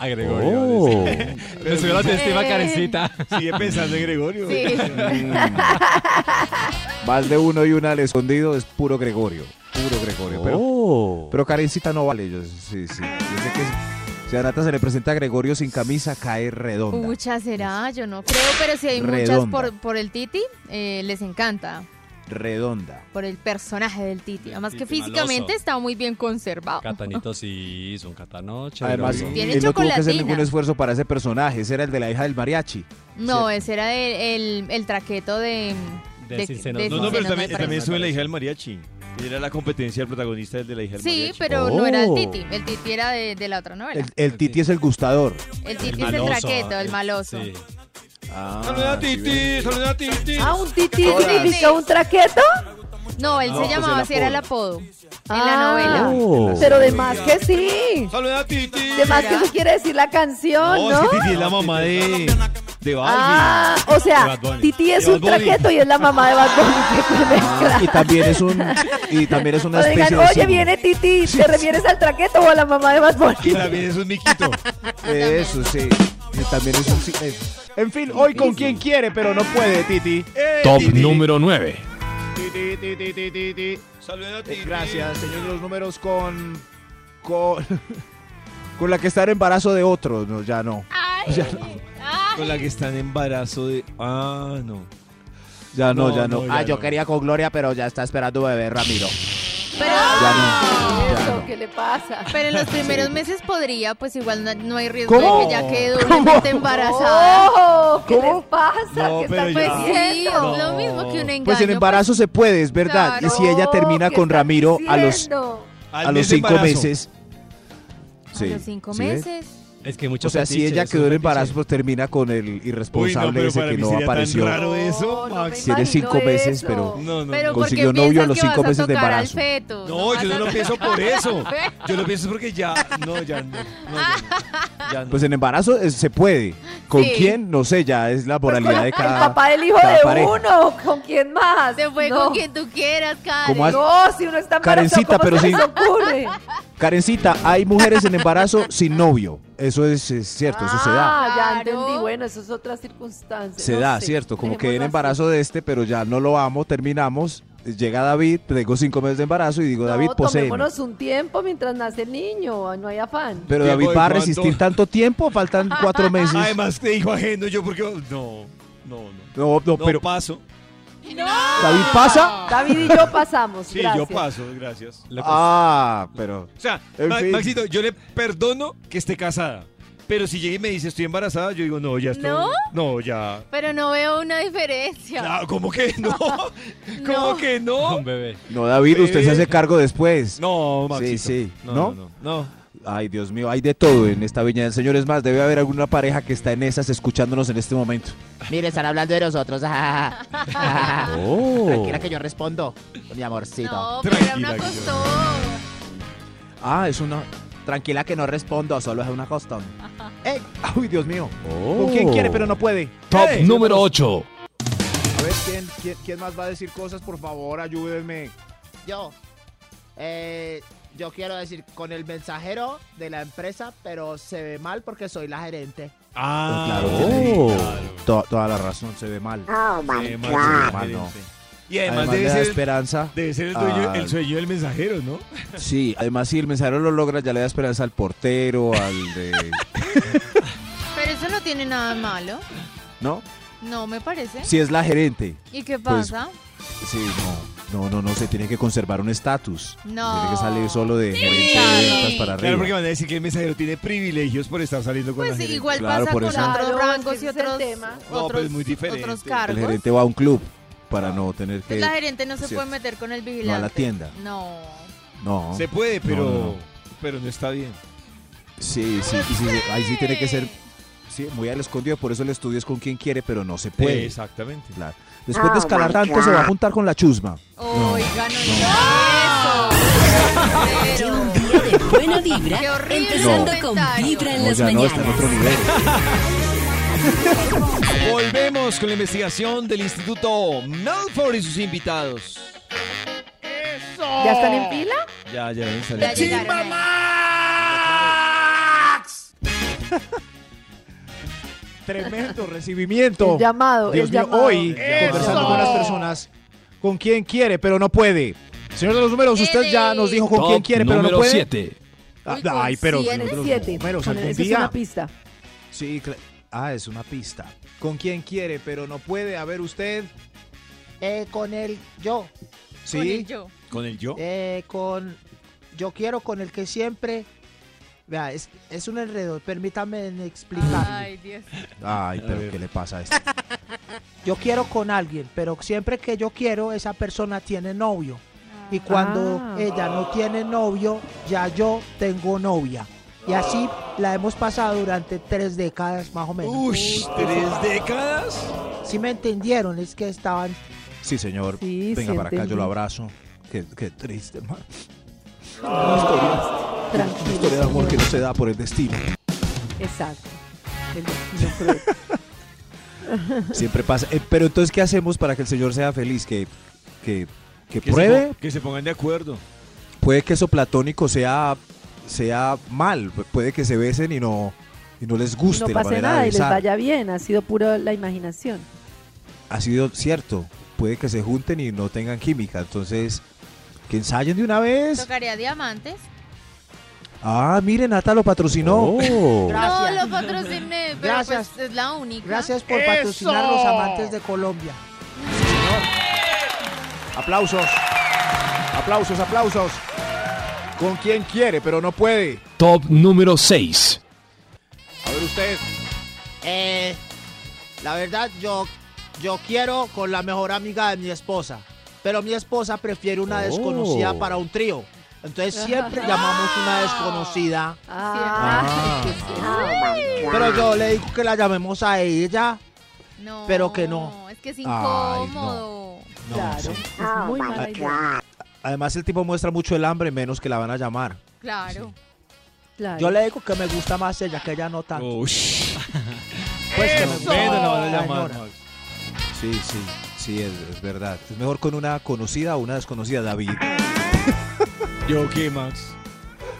[SPEAKER 8] A Gregorio. (laughs) dice. Me subió la autoestima,
[SPEAKER 7] Eh.
[SPEAKER 8] Karencita.
[SPEAKER 2] Oh. (laughs) Sigue pensando en Gregorio.
[SPEAKER 7] Sí.
[SPEAKER 8] Mm.
[SPEAKER 3] (laughs) Más de uno y una al escondido es puro Gregorio. Puro Gregorio. Pero, pero Karencita no vale. Yo, sí, sí. Yo sé que si- si a Nata se le presenta a Gregorio sin camisa, cae redonda.
[SPEAKER 7] Muchas será, yo no creo, pero si hay muchas
[SPEAKER 3] Redonda.
[SPEAKER 7] por, por el Titi, eh, les encanta,
[SPEAKER 3] Redonda.
[SPEAKER 7] por el personaje del Titi. Además que
[SPEAKER 8] Titi maloso.
[SPEAKER 7] físicamente está muy bien conservado.
[SPEAKER 8] Catanito sí, hizo un catano chévere.
[SPEAKER 3] Además,
[SPEAKER 8] obvio.
[SPEAKER 7] Tiene
[SPEAKER 3] él no tuvo que hacer
[SPEAKER 7] chocolatina.
[SPEAKER 3] ningún esfuerzo para ese personaje. Ese era el de la hija del mariachi.
[SPEAKER 7] No, ese era el, el, el traqueto de...
[SPEAKER 8] De Cicenos,
[SPEAKER 7] de
[SPEAKER 8] No,
[SPEAKER 2] No,
[SPEAKER 8] no,
[SPEAKER 2] no, pero
[SPEAKER 8] pero
[SPEAKER 7] Cicenos,
[SPEAKER 2] también,
[SPEAKER 7] me
[SPEAKER 2] también
[SPEAKER 7] parece.
[SPEAKER 2] sube la hija del mariachi. Era la competencia del protagonista del de la hija del
[SPEAKER 7] Sí,
[SPEAKER 2] mariachi.
[SPEAKER 7] pero no era el Titi, el Titi era de, de la otra novela.
[SPEAKER 3] El, el Titi es el gustador.
[SPEAKER 7] El, Titi es el traqueto, el maloso.
[SPEAKER 8] Sí.
[SPEAKER 3] Ah,
[SPEAKER 2] Saluda a Titi, saluda a Titi.
[SPEAKER 4] Ah, un tití
[SPEAKER 7] Hola.
[SPEAKER 4] significa un traqueto,
[SPEAKER 7] No, él
[SPEAKER 3] No,
[SPEAKER 7] se
[SPEAKER 3] pues
[SPEAKER 7] llamaba
[SPEAKER 3] el
[SPEAKER 7] así, era el apodo. En la
[SPEAKER 4] Ah.
[SPEAKER 7] novela.
[SPEAKER 4] pero de más que sí.
[SPEAKER 2] Saluda a Titi.
[SPEAKER 4] De más que eso quiere decir la canción,
[SPEAKER 2] No,
[SPEAKER 4] ¿no?
[SPEAKER 2] es que Titi es la mamá de, de Balvin.
[SPEAKER 4] Ah, o
[SPEAKER 8] De
[SPEAKER 4] sea,
[SPEAKER 8] Bad Bunny.
[SPEAKER 4] Titi es
[SPEAKER 2] De
[SPEAKER 4] un
[SPEAKER 2] Bad Bunny.
[SPEAKER 4] traqueto y es la mamá de Bad Bunny. Qué mezcla.
[SPEAKER 3] Y también es un y también es una
[SPEAKER 4] Cuando
[SPEAKER 3] especie
[SPEAKER 4] digan,
[SPEAKER 3] de
[SPEAKER 4] oye,
[SPEAKER 3] signo.
[SPEAKER 4] viene Titi, ¿te refieres al traqueto o a la mamá de Bad
[SPEAKER 2] Y
[SPEAKER 4] Bunny?
[SPEAKER 2] también es un (laughs) miquito.
[SPEAKER 3] Eso sí. Y también es un signo. En fin, hoy con quien quiere, pero no puede, Titi.
[SPEAKER 8] Top número 9.
[SPEAKER 3] Ti, ti, ti, ti, ti, ti, ti.
[SPEAKER 2] Saluda a
[SPEAKER 3] Eh,
[SPEAKER 2] Titi.
[SPEAKER 3] Gracias, señor de los números con. con. (laughs) con la que está en embarazo de otro. No, ya no.
[SPEAKER 7] Ay, ay.
[SPEAKER 2] Con la que está en embarazo de... Ah, no.
[SPEAKER 3] Ya no,
[SPEAKER 8] No,
[SPEAKER 3] ya no.
[SPEAKER 8] no, ya
[SPEAKER 3] Ah,
[SPEAKER 8] no.
[SPEAKER 3] yo quería con Gloria, pero ya está esperando bebé Ramiro.
[SPEAKER 7] Pero,
[SPEAKER 4] Eso, ¿Qué le pasa?
[SPEAKER 7] pero en los primeros meses podría, pues igual no, no hay riesgo de que ya quede
[SPEAKER 3] ¿Cómo?
[SPEAKER 7] doblemente embarazada.
[SPEAKER 4] Oh, ¿Qué les pasa?
[SPEAKER 8] No,
[SPEAKER 4] ¿Qué
[SPEAKER 8] pero
[SPEAKER 4] están
[SPEAKER 7] Pues
[SPEAKER 8] ya.
[SPEAKER 7] sí,
[SPEAKER 4] diciendo?
[SPEAKER 7] es lo mismo que un engaño.
[SPEAKER 3] Pues en embarazo se puede, es verdad. Y
[SPEAKER 7] claro.
[SPEAKER 3] si ella termina
[SPEAKER 4] ¿Qué
[SPEAKER 3] con
[SPEAKER 4] están
[SPEAKER 3] Ramiro a los,
[SPEAKER 4] diciendo?
[SPEAKER 2] Ah,
[SPEAKER 3] a los cinco meses.
[SPEAKER 7] pues, a los cinco
[SPEAKER 3] ¿sí ve?
[SPEAKER 7] meses.
[SPEAKER 8] Es que
[SPEAKER 3] O
[SPEAKER 8] muchos
[SPEAKER 3] sea, si
[SPEAKER 8] fetiches,
[SPEAKER 3] ella
[SPEAKER 8] es
[SPEAKER 3] quedó
[SPEAKER 8] un
[SPEAKER 3] en
[SPEAKER 8] fetiche.
[SPEAKER 3] embarazo, pues termina con el irresponsable
[SPEAKER 2] pero
[SPEAKER 3] ese
[SPEAKER 2] para
[SPEAKER 3] que
[SPEAKER 2] mí
[SPEAKER 3] no
[SPEAKER 2] sería tan
[SPEAKER 3] apareció.
[SPEAKER 2] raro. eso,
[SPEAKER 4] No, no
[SPEAKER 2] Max.
[SPEAKER 4] me
[SPEAKER 3] Tiene cinco
[SPEAKER 4] imagino
[SPEAKER 3] meses,
[SPEAKER 4] eso.
[SPEAKER 3] pero-
[SPEAKER 2] No, no.
[SPEAKER 7] Pero pues
[SPEAKER 3] Consiguió
[SPEAKER 7] porque
[SPEAKER 3] novio a
[SPEAKER 7] piensas
[SPEAKER 3] los
[SPEAKER 7] que
[SPEAKER 3] cinco
[SPEAKER 7] vas a
[SPEAKER 3] meses de
[SPEAKER 7] tocar al
[SPEAKER 3] embarazo.
[SPEAKER 2] No,
[SPEAKER 7] feto?
[SPEAKER 2] yo
[SPEAKER 7] vas
[SPEAKER 2] no
[SPEAKER 7] a
[SPEAKER 2] lo pienso
[SPEAKER 7] tocar
[SPEAKER 2] por
[SPEAKER 7] al (laughs)
[SPEAKER 2] eso.
[SPEAKER 7] feto.
[SPEAKER 2] Yo lo pienso porque ya. No, ya no. no, ya no, ya no.
[SPEAKER 3] Pues en embarazo eh, se puede. ¿Con
[SPEAKER 7] Sí.
[SPEAKER 3] quién? No sé, ya es la
[SPEAKER 4] Pues con
[SPEAKER 3] moralidad de
[SPEAKER 4] El
[SPEAKER 3] cada.
[SPEAKER 4] papá del hijo
[SPEAKER 3] cada
[SPEAKER 4] de
[SPEAKER 3] pareja.
[SPEAKER 4] uno, ¿con quién más?
[SPEAKER 7] Te fue
[SPEAKER 4] No.
[SPEAKER 7] con quien tú quieras, Karen.
[SPEAKER 3] ¿Cómo has-
[SPEAKER 4] No, si uno está embarazado,
[SPEAKER 3] Karencita,
[SPEAKER 4] ¿cómo
[SPEAKER 3] pero
[SPEAKER 4] se
[SPEAKER 3] sí.
[SPEAKER 4] les ocurre?
[SPEAKER 3] Karencita, hay mujeres en
[SPEAKER 4] (laughs)
[SPEAKER 3] embarazo sin novio. Eso es, es cierto, eso se da.
[SPEAKER 4] Ah, ya
[SPEAKER 7] Claro.
[SPEAKER 4] entendí. Bueno, eso es otra circunstancia.
[SPEAKER 3] Se
[SPEAKER 4] no
[SPEAKER 3] da,
[SPEAKER 4] sé.
[SPEAKER 3] ¿cierto? Como que en
[SPEAKER 4] Dejémoslo
[SPEAKER 3] embarazo de este, pero ya no lo amo, terminamos. Llega David, tengo cinco meses de embarazo y digo,
[SPEAKER 4] así.
[SPEAKER 3] David,
[SPEAKER 4] No,
[SPEAKER 3] posee.
[SPEAKER 4] tomémonos un tiempo mientras nace el niño, no hay afán.
[SPEAKER 3] Pero
[SPEAKER 2] Diego,
[SPEAKER 3] David
[SPEAKER 2] ¿y
[SPEAKER 3] va a
[SPEAKER 2] cuánto?
[SPEAKER 3] resistir tanto tiempo,
[SPEAKER 4] (laughs)
[SPEAKER 3] faltan cuatro meses.
[SPEAKER 2] Además, te dijo ajeno yo porque. No, no, no.
[SPEAKER 3] No, no,
[SPEAKER 2] No
[SPEAKER 3] pero
[SPEAKER 2] paso.
[SPEAKER 3] David pasa.
[SPEAKER 4] David y yo
[SPEAKER 3] (laughs)
[SPEAKER 4] pasamos.
[SPEAKER 2] Sí,
[SPEAKER 4] gracias.
[SPEAKER 2] yo paso, gracias.
[SPEAKER 8] Lo que-
[SPEAKER 3] Ah, pero
[SPEAKER 2] O sea,
[SPEAKER 3] En
[SPEAKER 2] Ma-
[SPEAKER 3] fin.
[SPEAKER 2] Maxito, yo le perdono que esté casada. Pero si llega y me dice estoy embarazada, yo digo, no, ya estoy.
[SPEAKER 7] ¿No?
[SPEAKER 2] No, ya.
[SPEAKER 7] Pero no veo una diferencia.
[SPEAKER 2] Ah, ¿Cómo que no? ¿Cómo
[SPEAKER 7] No.
[SPEAKER 2] que no?
[SPEAKER 8] Un bebé.
[SPEAKER 3] no, David, usted se hace cargo después.
[SPEAKER 2] No, Maxito.
[SPEAKER 3] Sí, sí.
[SPEAKER 2] No,
[SPEAKER 3] ¿No?
[SPEAKER 2] no, no. no.
[SPEAKER 3] Ay, Dios mío, hay de todo en esta viña del Señor. Es más, debe haber alguna pareja que está en esas escuchándonos en este momento.
[SPEAKER 9] Mire, están hablando de nosotros. (laughs) Ah,
[SPEAKER 3] Oh.
[SPEAKER 9] Tranquila que yo respondo, mi amorcito.
[SPEAKER 7] No, pero era una
[SPEAKER 2] Tranquila,
[SPEAKER 7] costumbre.
[SPEAKER 3] Ah, es una.
[SPEAKER 9] Tranquila que no respondo, solo es una costumbre.
[SPEAKER 3] ¡Ey! Eh, ¡Uy, Dios mío! ¿Con quién quiere pero no puede?
[SPEAKER 10] Oh. Top
[SPEAKER 3] ¡Ey!
[SPEAKER 10] número 8.
[SPEAKER 3] A ver, ¿quién, quién, quién más va a decir cosas? Por favor, ayúdenme.
[SPEAKER 9] Yo, eh, yo quiero decir, con el mensajero de la empresa, pero se ve mal porque soy la gerente.
[SPEAKER 2] Ah,
[SPEAKER 3] Claro,
[SPEAKER 2] sí,
[SPEAKER 3] To- toda la razón, se ve mal.
[SPEAKER 2] claro. Eh, Sí, Max,
[SPEAKER 3] Además, Ah, no.
[SPEAKER 2] Y además,
[SPEAKER 3] Además,
[SPEAKER 2] debe,
[SPEAKER 3] le da
[SPEAKER 2] ser,
[SPEAKER 10] (laughs)
[SPEAKER 3] esperanza.
[SPEAKER 2] debe ser el, dueño-
[SPEAKER 3] Ah.
[SPEAKER 2] el sueño del mensajero, ¿no?
[SPEAKER 3] Sí, además, si el mensajero lo logra, ya le da esperanza al portero, al de.
[SPEAKER 7] Pero eso no tiene nada de malo.
[SPEAKER 3] ¿No?
[SPEAKER 7] No me parece.
[SPEAKER 3] Si es la gerente.
[SPEAKER 7] ¿Y qué
[SPEAKER 3] Pues,
[SPEAKER 7] pasa?
[SPEAKER 3] Sí, no. No, no, no, se tiene que conservar un estatus.
[SPEAKER 7] No.
[SPEAKER 3] Tiene que salir solo de gerente de
[SPEAKER 7] Claro.
[SPEAKER 3] ventas para
[SPEAKER 2] Claro, porque
[SPEAKER 3] arriba.
[SPEAKER 2] van a decir que el mensajero tiene privilegios por estar saliendo con la
[SPEAKER 7] Pues
[SPEAKER 2] gerente.
[SPEAKER 7] igual
[SPEAKER 3] Claro,
[SPEAKER 7] pasa
[SPEAKER 3] por
[SPEAKER 7] con
[SPEAKER 3] eso.
[SPEAKER 7] otros
[SPEAKER 4] Claro,
[SPEAKER 7] rangos
[SPEAKER 4] ese
[SPEAKER 7] y
[SPEAKER 4] es el
[SPEAKER 7] otros,
[SPEAKER 4] tema. No,
[SPEAKER 7] otros,
[SPEAKER 2] pero es muy diferente.
[SPEAKER 7] otros
[SPEAKER 3] El
[SPEAKER 7] cargos.
[SPEAKER 3] gerente va a un club para no tener que.
[SPEAKER 7] Entonces, la gerente no se
[SPEAKER 3] Cierto.
[SPEAKER 7] puede meter con el vigilante.
[SPEAKER 3] tienda.
[SPEAKER 7] No.
[SPEAKER 3] No.
[SPEAKER 2] Se puede, pero
[SPEAKER 3] No, no,
[SPEAKER 2] no,
[SPEAKER 3] no.
[SPEAKER 2] pero no está bien.
[SPEAKER 3] Sí, sí, y sí, sí, ahí sí tiene que ser sí, muy al escondido, por eso el estudio es con quien quiere, pero no se
[SPEAKER 2] Pues,
[SPEAKER 3] puede.
[SPEAKER 2] Exactamente.
[SPEAKER 3] Claro. Después
[SPEAKER 4] Ah,
[SPEAKER 3] de escalar tanto se va a juntar con la chusma.
[SPEAKER 7] Oiga, no diga eso.
[SPEAKER 1] Lleva un
[SPEAKER 7] Pero-
[SPEAKER 1] día de buena vibra,
[SPEAKER 7] Qué horrible
[SPEAKER 1] empezando
[SPEAKER 7] comentario.
[SPEAKER 1] con vibra en
[SPEAKER 3] No,
[SPEAKER 1] las
[SPEAKER 3] ya no, este está en
[SPEAKER 1] mañanas.
[SPEAKER 3] otro nivel.
[SPEAKER 2] Volvemos con la investigación del Instituto Melford y sus invitados.
[SPEAKER 4] ¿Ya están en fila?
[SPEAKER 2] Ya, ya, deben salir.
[SPEAKER 7] Ya llegaron ahí.
[SPEAKER 3] Tremendo recibimiento.
[SPEAKER 4] El llamado,
[SPEAKER 3] Dios
[SPEAKER 4] el
[SPEAKER 3] mío,
[SPEAKER 4] llamado.
[SPEAKER 3] hoy
[SPEAKER 5] ¡Eso!
[SPEAKER 3] conversando con las personas con quien quiere, pero no puede. Señor de los números, usted ya nos dijo con quién quiere, pero no
[SPEAKER 10] número
[SPEAKER 3] puede.
[SPEAKER 10] 7.
[SPEAKER 3] Ah,
[SPEAKER 7] Uy, con
[SPEAKER 3] Ay, pero
[SPEAKER 7] siete.
[SPEAKER 3] señor de los
[SPEAKER 4] Siete.
[SPEAKER 3] números,
[SPEAKER 4] Bueno,
[SPEAKER 3] algún
[SPEAKER 4] eso es
[SPEAKER 3] día.
[SPEAKER 4] una pista.
[SPEAKER 3] Sí, cla- ah, es una pista. Con quien quiere, pero no puede. A ver usted.
[SPEAKER 9] Eh, con el yo,
[SPEAKER 3] Sí.
[SPEAKER 7] Con el yo.
[SPEAKER 2] ¿Con el yo?
[SPEAKER 9] eh, con yo quiero con el que siempre. Vea, es, es un enredo, permítame en explicarle.
[SPEAKER 7] Ay, Dios.
[SPEAKER 3] Ay, pero ¿qué le pasa a este?
[SPEAKER 9] Yo quiero con alguien, pero siempre que yo quiero, esa persona tiene novio. Y cuando
[SPEAKER 4] Ah.
[SPEAKER 9] ella no tiene novio, ya yo tengo novia. Y así la hemos pasado durante tres décadas más o menos.
[SPEAKER 2] Ush, tres décadas.
[SPEAKER 9] Si me entendieron, es que estaban
[SPEAKER 4] ¿Ah?
[SPEAKER 3] Sí, señor.
[SPEAKER 4] Sí,
[SPEAKER 3] Venga
[SPEAKER 4] sí,
[SPEAKER 3] para acá, yo
[SPEAKER 4] entendí.
[SPEAKER 3] lo abrazo. Qué, qué triste, hermano.
[SPEAKER 4] Ah. Tranquilo.
[SPEAKER 3] Historia de amor
[SPEAKER 4] señor.
[SPEAKER 3] que no se da por el destino.
[SPEAKER 7] (laughs)
[SPEAKER 4] Exacto. El destino cruel.
[SPEAKER 3] Siempre pasa. Eh, pero entonces, ¿qué hacemos para que el señor sea feliz? Que, que, que
[SPEAKER 2] Que se
[SPEAKER 3] pruebe.
[SPEAKER 2] pon- que se pongan de acuerdo.
[SPEAKER 3] Puede que eso platónico sea, sea mal. Pu- Puede que se besen y no, y no les
[SPEAKER 4] Y
[SPEAKER 3] guste
[SPEAKER 4] no
[SPEAKER 3] la
[SPEAKER 4] pase
[SPEAKER 3] manera
[SPEAKER 4] nada
[SPEAKER 3] de
[SPEAKER 4] y les
[SPEAKER 3] besar.
[SPEAKER 4] vaya bien. Ha sido pura la imaginación.
[SPEAKER 3] ha sido cierto. Puede que se junten y no tengan química. Entonces, que ensayen de una vez.
[SPEAKER 7] Tocaría diamantes.
[SPEAKER 3] Ah, miren, Nata lo patrocinó.
[SPEAKER 2] Oh.
[SPEAKER 9] Gracias.
[SPEAKER 7] No, lo patrociné, pero
[SPEAKER 9] Gracias.
[SPEAKER 7] pues es la única.
[SPEAKER 9] Gracias por
[SPEAKER 5] ¡Eso!
[SPEAKER 9] patrocinar a los amantes de Colombia.
[SPEAKER 3] Aplausos. Aplausos, aplausos. Con quien quiere, pero no puede.
[SPEAKER 10] Top número 6.
[SPEAKER 3] A ver usted.
[SPEAKER 9] Eh, la verdad, yo, yo quiero con la mejor amiga de mi esposa. Pero mi esposa prefiere una desconocida para un trío. Entonces siempre llamamos una desconocida.
[SPEAKER 7] Ah, ay, qué suave.
[SPEAKER 9] Pero yo le digo que la llamemos a ella.
[SPEAKER 7] No,
[SPEAKER 9] Pero que no.
[SPEAKER 7] Es que es
[SPEAKER 3] Ay, no.
[SPEAKER 7] incómodo.
[SPEAKER 9] No,
[SPEAKER 4] Claro,
[SPEAKER 9] sí.
[SPEAKER 4] es muy mala idea.
[SPEAKER 9] Además el tipo muestra mucho el hambre, menos que la van a llamar.
[SPEAKER 7] Claro.
[SPEAKER 4] Claro.
[SPEAKER 9] Yo le digo que me gusta más ella, que ella no tanto. Pues que me gusta
[SPEAKER 8] Menos
[SPEAKER 9] más
[SPEAKER 8] la van a
[SPEAKER 9] la
[SPEAKER 8] llamar,
[SPEAKER 9] señora.
[SPEAKER 8] Max.
[SPEAKER 3] Sí, sí, sí, es, es verdad. Es mejor con una conocida o una desconocida, David.
[SPEAKER 8] Yo qué, Max.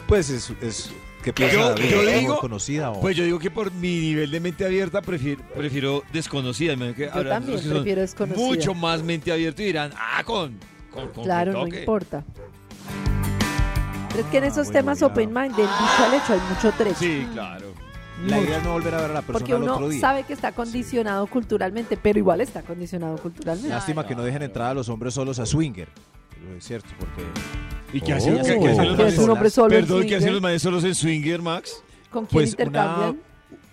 [SPEAKER 3] Pues es, es ¿qué piensa
[SPEAKER 2] Yo-
[SPEAKER 3] David?
[SPEAKER 2] yo
[SPEAKER 3] ¿Es mejor
[SPEAKER 2] digo-
[SPEAKER 3] conocida o
[SPEAKER 2] Pues yo digo que por mi nivel de mente abierta prefiero, prefiero desconocida. me- que
[SPEAKER 4] Yo
[SPEAKER 2] habrá
[SPEAKER 4] también
[SPEAKER 2] otros que son
[SPEAKER 4] prefiero desconocida.
[SPEAKER 2] Mucho más mente abierta y dirán, ah, con. con, con
[SPEAKER 4] Claro,
[SPEAKER 2] que
[SPEAKER 4] no
[SPEAKER 2] toque".
[SPEAKER 4] importa. Pero es que en esos
[SPEAKER 3] bueno,
[SPEAKER 4] temas
[SPEAKER 3] claro.
[SPEAKER 4] open mind, del dicho al hecho, hay mucho trecho.
[SPEAKER 2] Sí, claro.
[SPEAKER 3] la idea es no volver a ver a la persona
[SPEAKER 4] Porque
[SPEAKER 3] al
[SPEAKER 4] uno
[SPEAKER 3] otro día.
[SPEAKER 4] sabe que está condicionado culturalmente, pero igual está condicionado culturalmente.
[SPEAKER 3] Lástima que no dejen entrar a los hombres solos a swinger. Pero Es cierto, porque
[SPEAKER 2] ¿Y qué
[SPEAKER 3] Oh.
[SPEAKER 2] hacen, qué- qué hacen los
[SPEAKER 4] Pero es un
[SPEAKER 2] manes?
[SPEAKER 4] hombre solo en
[SPEAKER 2] Perdón, ¿qué hacen
[SPEAKER 4] swinger?
[SPEAKER 2] los manes solos en Swinger, Max?
[SPEAKER 4] ¿Con quién
[SPEAKER 3] pues una,
[SPEAKER 4] intercambian?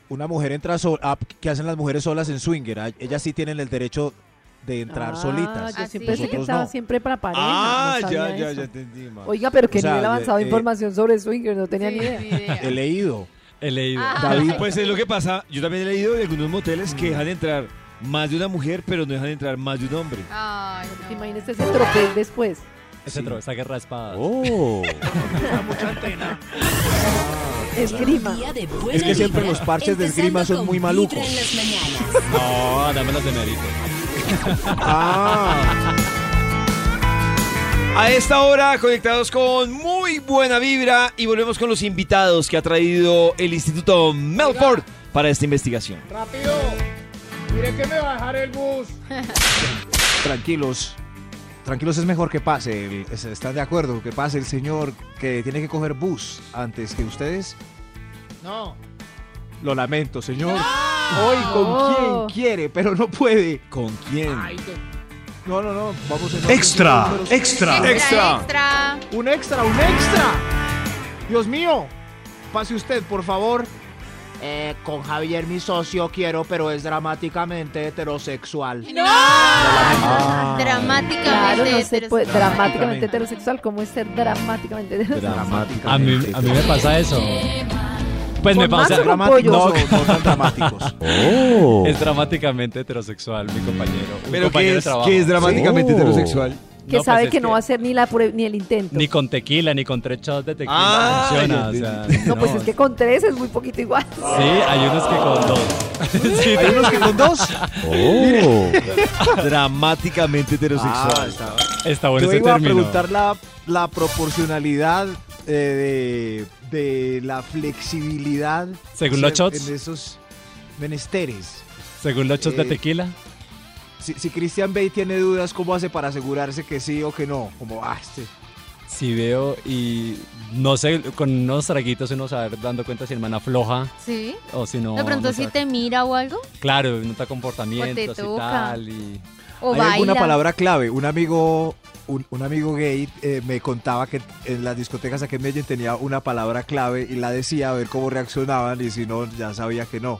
[SPEAKER 3] una mujer entra sola. Ah, ¿Qué hacen las mujeres solas en swinger? Ah, Ellas sí tienen el derecho de entrar
[SPEAKER 4] Ah,
[SPEAKER 3] solitas.
[SPEAKER 4] Yo
[SPEAKER 7] Ah,
[SPEAKER 4] siempre
[SPEAKER 7] sí.
[SPEAKER 4] pensé que
[SPEAKER 3] Nosotros
[SPEAKER 4] estaba
[SPEAKER 3] no.
[SPEAKER 4] siempre para pareja.
[SPEAKER 2] ah,
[SPEAKER 4] no
[SPEAKER 2] ya,
[SPEAKER 4] sabía
[SPEAKER 2] ya,
[SPEAKER 4] eso.
[SPEAKER 2] ya entendí, Max.
[SPEAKER 4] Oiga, pero que
[SPEAKER 3] O sea,
[SPEAKER 4] nivel avanzado de
[SPEAKER 3] eh,
[SPEAKER 4] información sobre swingers no tenía
[SPEAKER 7] Sí,
[SPEAKER 4] ni idea.
[SPEAKER 7] ni idea.
[SPEAKER 3] He leído.
[SPEAKER 8] He leído.
[SPEAKER 7] Ah.
[SPEAKER 3] David,
[SPEAKER 2] Pues es lo que pasa. Yo también he leído de algunos moteles que dejan de entrar más de una mujer, pero no dejan de entrar más de un hombre.
[SPEAKER 7] Ay, no.
[SPEAKER 4] Imagínese ese tropel después.
[SPEAKER 8] Ese tro- esa guerra espada.
[SPEAKER 3] Oh.
[SPEAKER 4] Esgrima.
[SPEAKER 1] Día de
[SPEAKER 3] Es
[SPEAKER 1] buena
[SPEAKER 3] que siempre
[SPEAKER 1] vibra,
[SPEAKER 3] los parches de esgrima
[SPEAKER 1] empezando
[SPEAKER 3] son muy
[SPEAKER 1] con vibra
[SPEAKER 3] malucos.
[SPEAKER 1] en las mañanas.
[SPEAKER 8] No, dame las de mérito.
[SPEAKER 3] (laughs) Ah.
[SPEAKER 2] A esta hora, conectados con muy buena vibra y volvemos con los invitados que ha traído el Instituto Melford para esta investigación.
[SPEAKER 5] ¡Rápido! Mire que me va a dejar el bus.
[SPEAKER 3] Tranquilos. Tranquilos es mejor que pase. el- es- ¿Están de acuerdo? Que pase el señor que tiene que coger bus antes que ustedes.
[SPEAKER 9] No.
[SPEAKER 3] Lo lamento, señor. Hoy con quien quiere, pero no puede.
[SPEAKER 2] ¿Con quién?
[SPEAKER 3] No, no, no. Vamos en
[SPEAKER 10] Extra,
[SPEAKER 3] orden de números.
[SPEAKER 10] extra.
[SPEAKER 7] Extra, extra.
[SPEAKER 3] Un extra, un extra. Dios mío. Pase usted, por favor.
[SPEAKER 9] Eh, con Javier, mi socio, quiero, pero es dramáticamente heterosexual.
[SPEAKER 7] No. Dramáticamente.
[SPEAKER 4] Ah. Claro, no se
[SPEAKER 7] heterosexual.
[SPEAKER 4] puede. Dramáticamente heterosexual. ¿Cómo es ser dramáticamente heterosexual?
[SPEAKER 3] Dramáticamente.
[SPEAKER 8] A mí, a mí me pasa eso. Pues me
[SPEAKER 4] ¿Con Max
[SPEAKER 8] pasa.
[SPEAKER 4] o con
[SPEAKER 3] Dramáticos
[SPEAKER 4] pollos?
[SPEAKER 3] o no tan dramáticos.
[SPEAKER 8] Es dramáticamente heterosexual, mi compañero. Un
[SPEAKER 2] Pero
[SPEAKER 8] compañero
[SPEAKER 2] que
[SPEAKER 8] de
[SPEAKER 2] es,
[SPEAKER 8] trabajo.
[SPEAKER 2] que es dramáticamente
[SPEAKER 3] Oh.
[SPEAKER 2] heterosexual.
[SPEAKER 4] Que
[SPEAKER 8] No,
[SPEAKER 4] sabe
[SPEAKER 8] pues es
[SPEAKER 4] que no va a hacer ni la prueba ni el intento.
[SPEAKER 8] Ni con tequila, ni con tres shots de tequila
[SPEAKER 2] Ah,
[SPEAKER 8] funciona.
[SPEAKER 2] ya
[SPEAKER 8] o sea,
[SPEAKER 4] no, pues es que con tres es muy poquito igual.
[SPEAKER 8] Sí, hay unos que con dos. (laughs) Sí,
[SPEAKER 3] Hay unos que con dos. (laughs)
[SPEAKER 2] dramáticamente
[SPEAKER 3] Ah,
[SPEAKER 2] heterosexual.
[SPEAKER 3] está
[SPEAKER 8] está bueno
[SPEAKER 3] Yo
[SPEAKER 8] ese
[SPEAKER 3] iba a
[SPEAKER 8] término.
[SPEAKER 3] preguntar la, la proporcionalidad eh, de, de la flexibilidad
[SPEAKER 8] Según los
[SPEAKER 3] se-
[SPEAKER 8] shots.
[SPEAKER 3] en esos menesteres.
[SPEAKER 8] Según los shots de
[SPEAKER 3] Eh,
[SPEAKER 8] tequila.
[SPEAKER 3] Si, si Christian Bale tiene dudas, ¿cómo hace para asegurarse que sí o que no? Como, ah, este.
[SPEAKER 8] Si veo y no sé, con unos traguitos uno se va dando cuenta si el man afloja
[SPEAKER 7] Sí.
[SPEAKER 8] o si no.
[SPEAKER 7] De pronto
[SPEAKER 8] no
[SPEAKER 7] si
[SPEAKER 8] sabe.
[SPEAKER 7] te mira o algo.
[SPEAKER 8] Claro, nota comportamientos
[SPEAKER 7] O te
[SPEAKER 8] y
[SPEAKER 7] toca.
[SPEAKER 8] tal. Y...
[SPEAKER 7] O
[SPEAKER 3] Hay
[SPEAKER 7] baila.
[SPEAKER 3] alguna palabra clave. Un amigo, un, un amigo gay eh, me contaba que en las discotecas aquí en Medellín tenía una palabra clave y la decía a ver cómo reaccionaban y si no, ya sabía que no.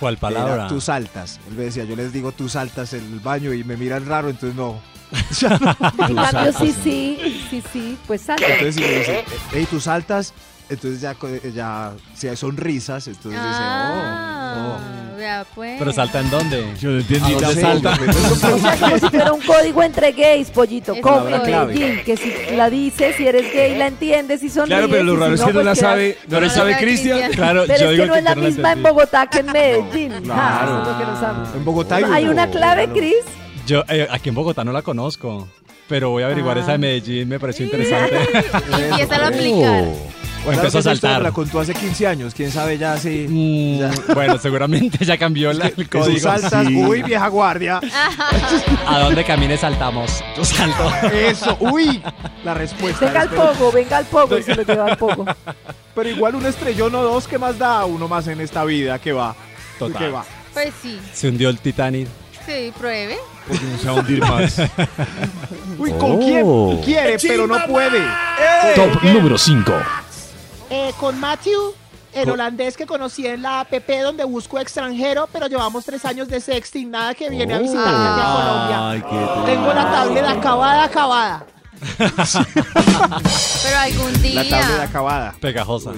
[SPEAKER 8] ¿Cuál
[SPEAKER 3] Era,
[SPEAKER 8] palabra?
[SPEAKER 3] tú saltas. Él me decía, yo les digo tú saltas en el baño y me miran raro, entonces no.
[SPEAKER 4] En cambio, sí, sí, sí, sí, pues salta.
[SPEAKER 3] Entonces, si me dice, hey, tú saltas, entonces ya, co- eh, ya si hay sonrisas, entonces "Oh,
[SPEAKER 7] Ah, vea pues.
[SPEAKER 8] Pero salta en dónde?
[SPEAKER 2] Yo no entendí
[SPEAKER 3] dice, oh,
[SPEAKER 2] tampoco.
[SPEAKER 3] salta. (laughs)
[SPEAKER 4] O sea, como si fuera un código entre gays, pollito.
[SPEAKER 7] Es
[SPEAKER 4] Como
[SPEAKER 7] palabra
[SPEAKER 4] en
[SPEAKER 3] clave.
[SPEAKER 4] Medellín, que si la dices, si eres gay, la entiendes y sonríes.
[SPEAKER 2] Claro, pero
[SPEAKER 4] y
[SPEAKER 2] lo
[SPEAKER 4] si
[SPEAKER 2] raro es que no
[SPEAKER 4] pues
[SPEAKER 2] la
[SPEAKER 4] quedas-
[SPEAKER 2] sabe. ¿No la
[SPEAKER 7] No,
[SPEAKER 2] sabe
[SPEAKER 7] no,
[SPEAKER 2] Cristian?
[SPEAKER 8] Claro,
[SPEAKER 4] Pero
[SPEAKER 8] yo
[SPEAKER 4] es
[SPEAKER 8] digo
[SPEAKER 4] que no es la misma en
[SPEAKER 8] entendí.
[SPEAKER 4] Bogotá que en Medellín. Ah,
[SPEAKER 3] claro.
[SPEAKER 4] eso es lo que no sabes.
[SPEAKER 3] En Bogotá hay,
[SPEAKER 4] ¿Hay
[SPEAKER 3] uno.
[SPEAKER 4] una clave, Cris?
[SPEAKER 8] Yo eh, aquí en Bogotá no la conozco, pero voy a averiguar
[SPEAKER 4] Ah.
[SPEAKER 8] esa de Medellín, me pareció interesante.
[SPEAKER 7] Y empieza a
[SPEAKER 8] (laughs)
[SPEAKER 7] aplicar.
[SPEAKER 8] o
[SPEAKER 3] Claro que
[SPEAKER 8] empezó a
[SPEAKER 3] esa historia
[SPEAKER 8] saltar.
[SPEAKER 3] La contó hace 15 años, quién sabe ya
[SPEAKER 8] (laughs)
[SPEAKER 3] si. (laughs)
[SPEAKER 8] Mm, bueno, seguramente ya cambió la- el
[SPEAKER 3] Tú
[SPEAKER 8] código.
[SPEAKER 3] saltas, uy, vieja
[SPEAKER 4] (laughs)
[SPEAKER 3] guardia.
[SPEAKER 8] A donde camine saltamos. Yo (laughs) salto.
[SPEAKER 3] Eso, uy, la respuesta.
[SPEAKER 4] Venga al
[SPEAKER 3] pero,
[SPEAKER 4] pogo, venga al pogo, y se lo lleva al pogo.
[SPEAKER 3] pero igual un estrellón o dos, ¿qué más da? Uno más en esta vida, ¿qué va? ¿Qué
[SPEAKER 8] Total.
[SPEAKER 3] va?
[SPEAKER 7] Pues sí.
[SPEAKER 8] Se hundió el Titanic.
[SPEAKER 7] Sí, pruebe.
[SPEAKER 2] porque no se va a hundir más.
[SPEAKER 3] Uy, ¿con
[SPEAKER 8] Oh.
[SPEAKER 3] quién quiere, pero no puede?
[SPEAKER 10] Top número 5.
[SPEAKER 9] Eh, con Matthew, el holandés que conocí en la app donde busco extranjero, pero llevamos tres años de sexting, nada que viene a visitarme aquí
[SPEAKER 3] Oh.
[SPEAKER 9] a Colombia. Tengo la tableta acabada, acabada.
[SPEAKER 7] Pero algún día.
[SPEAKER 3] La tablet acabada.
[SPEAKER 8] Pegajosa.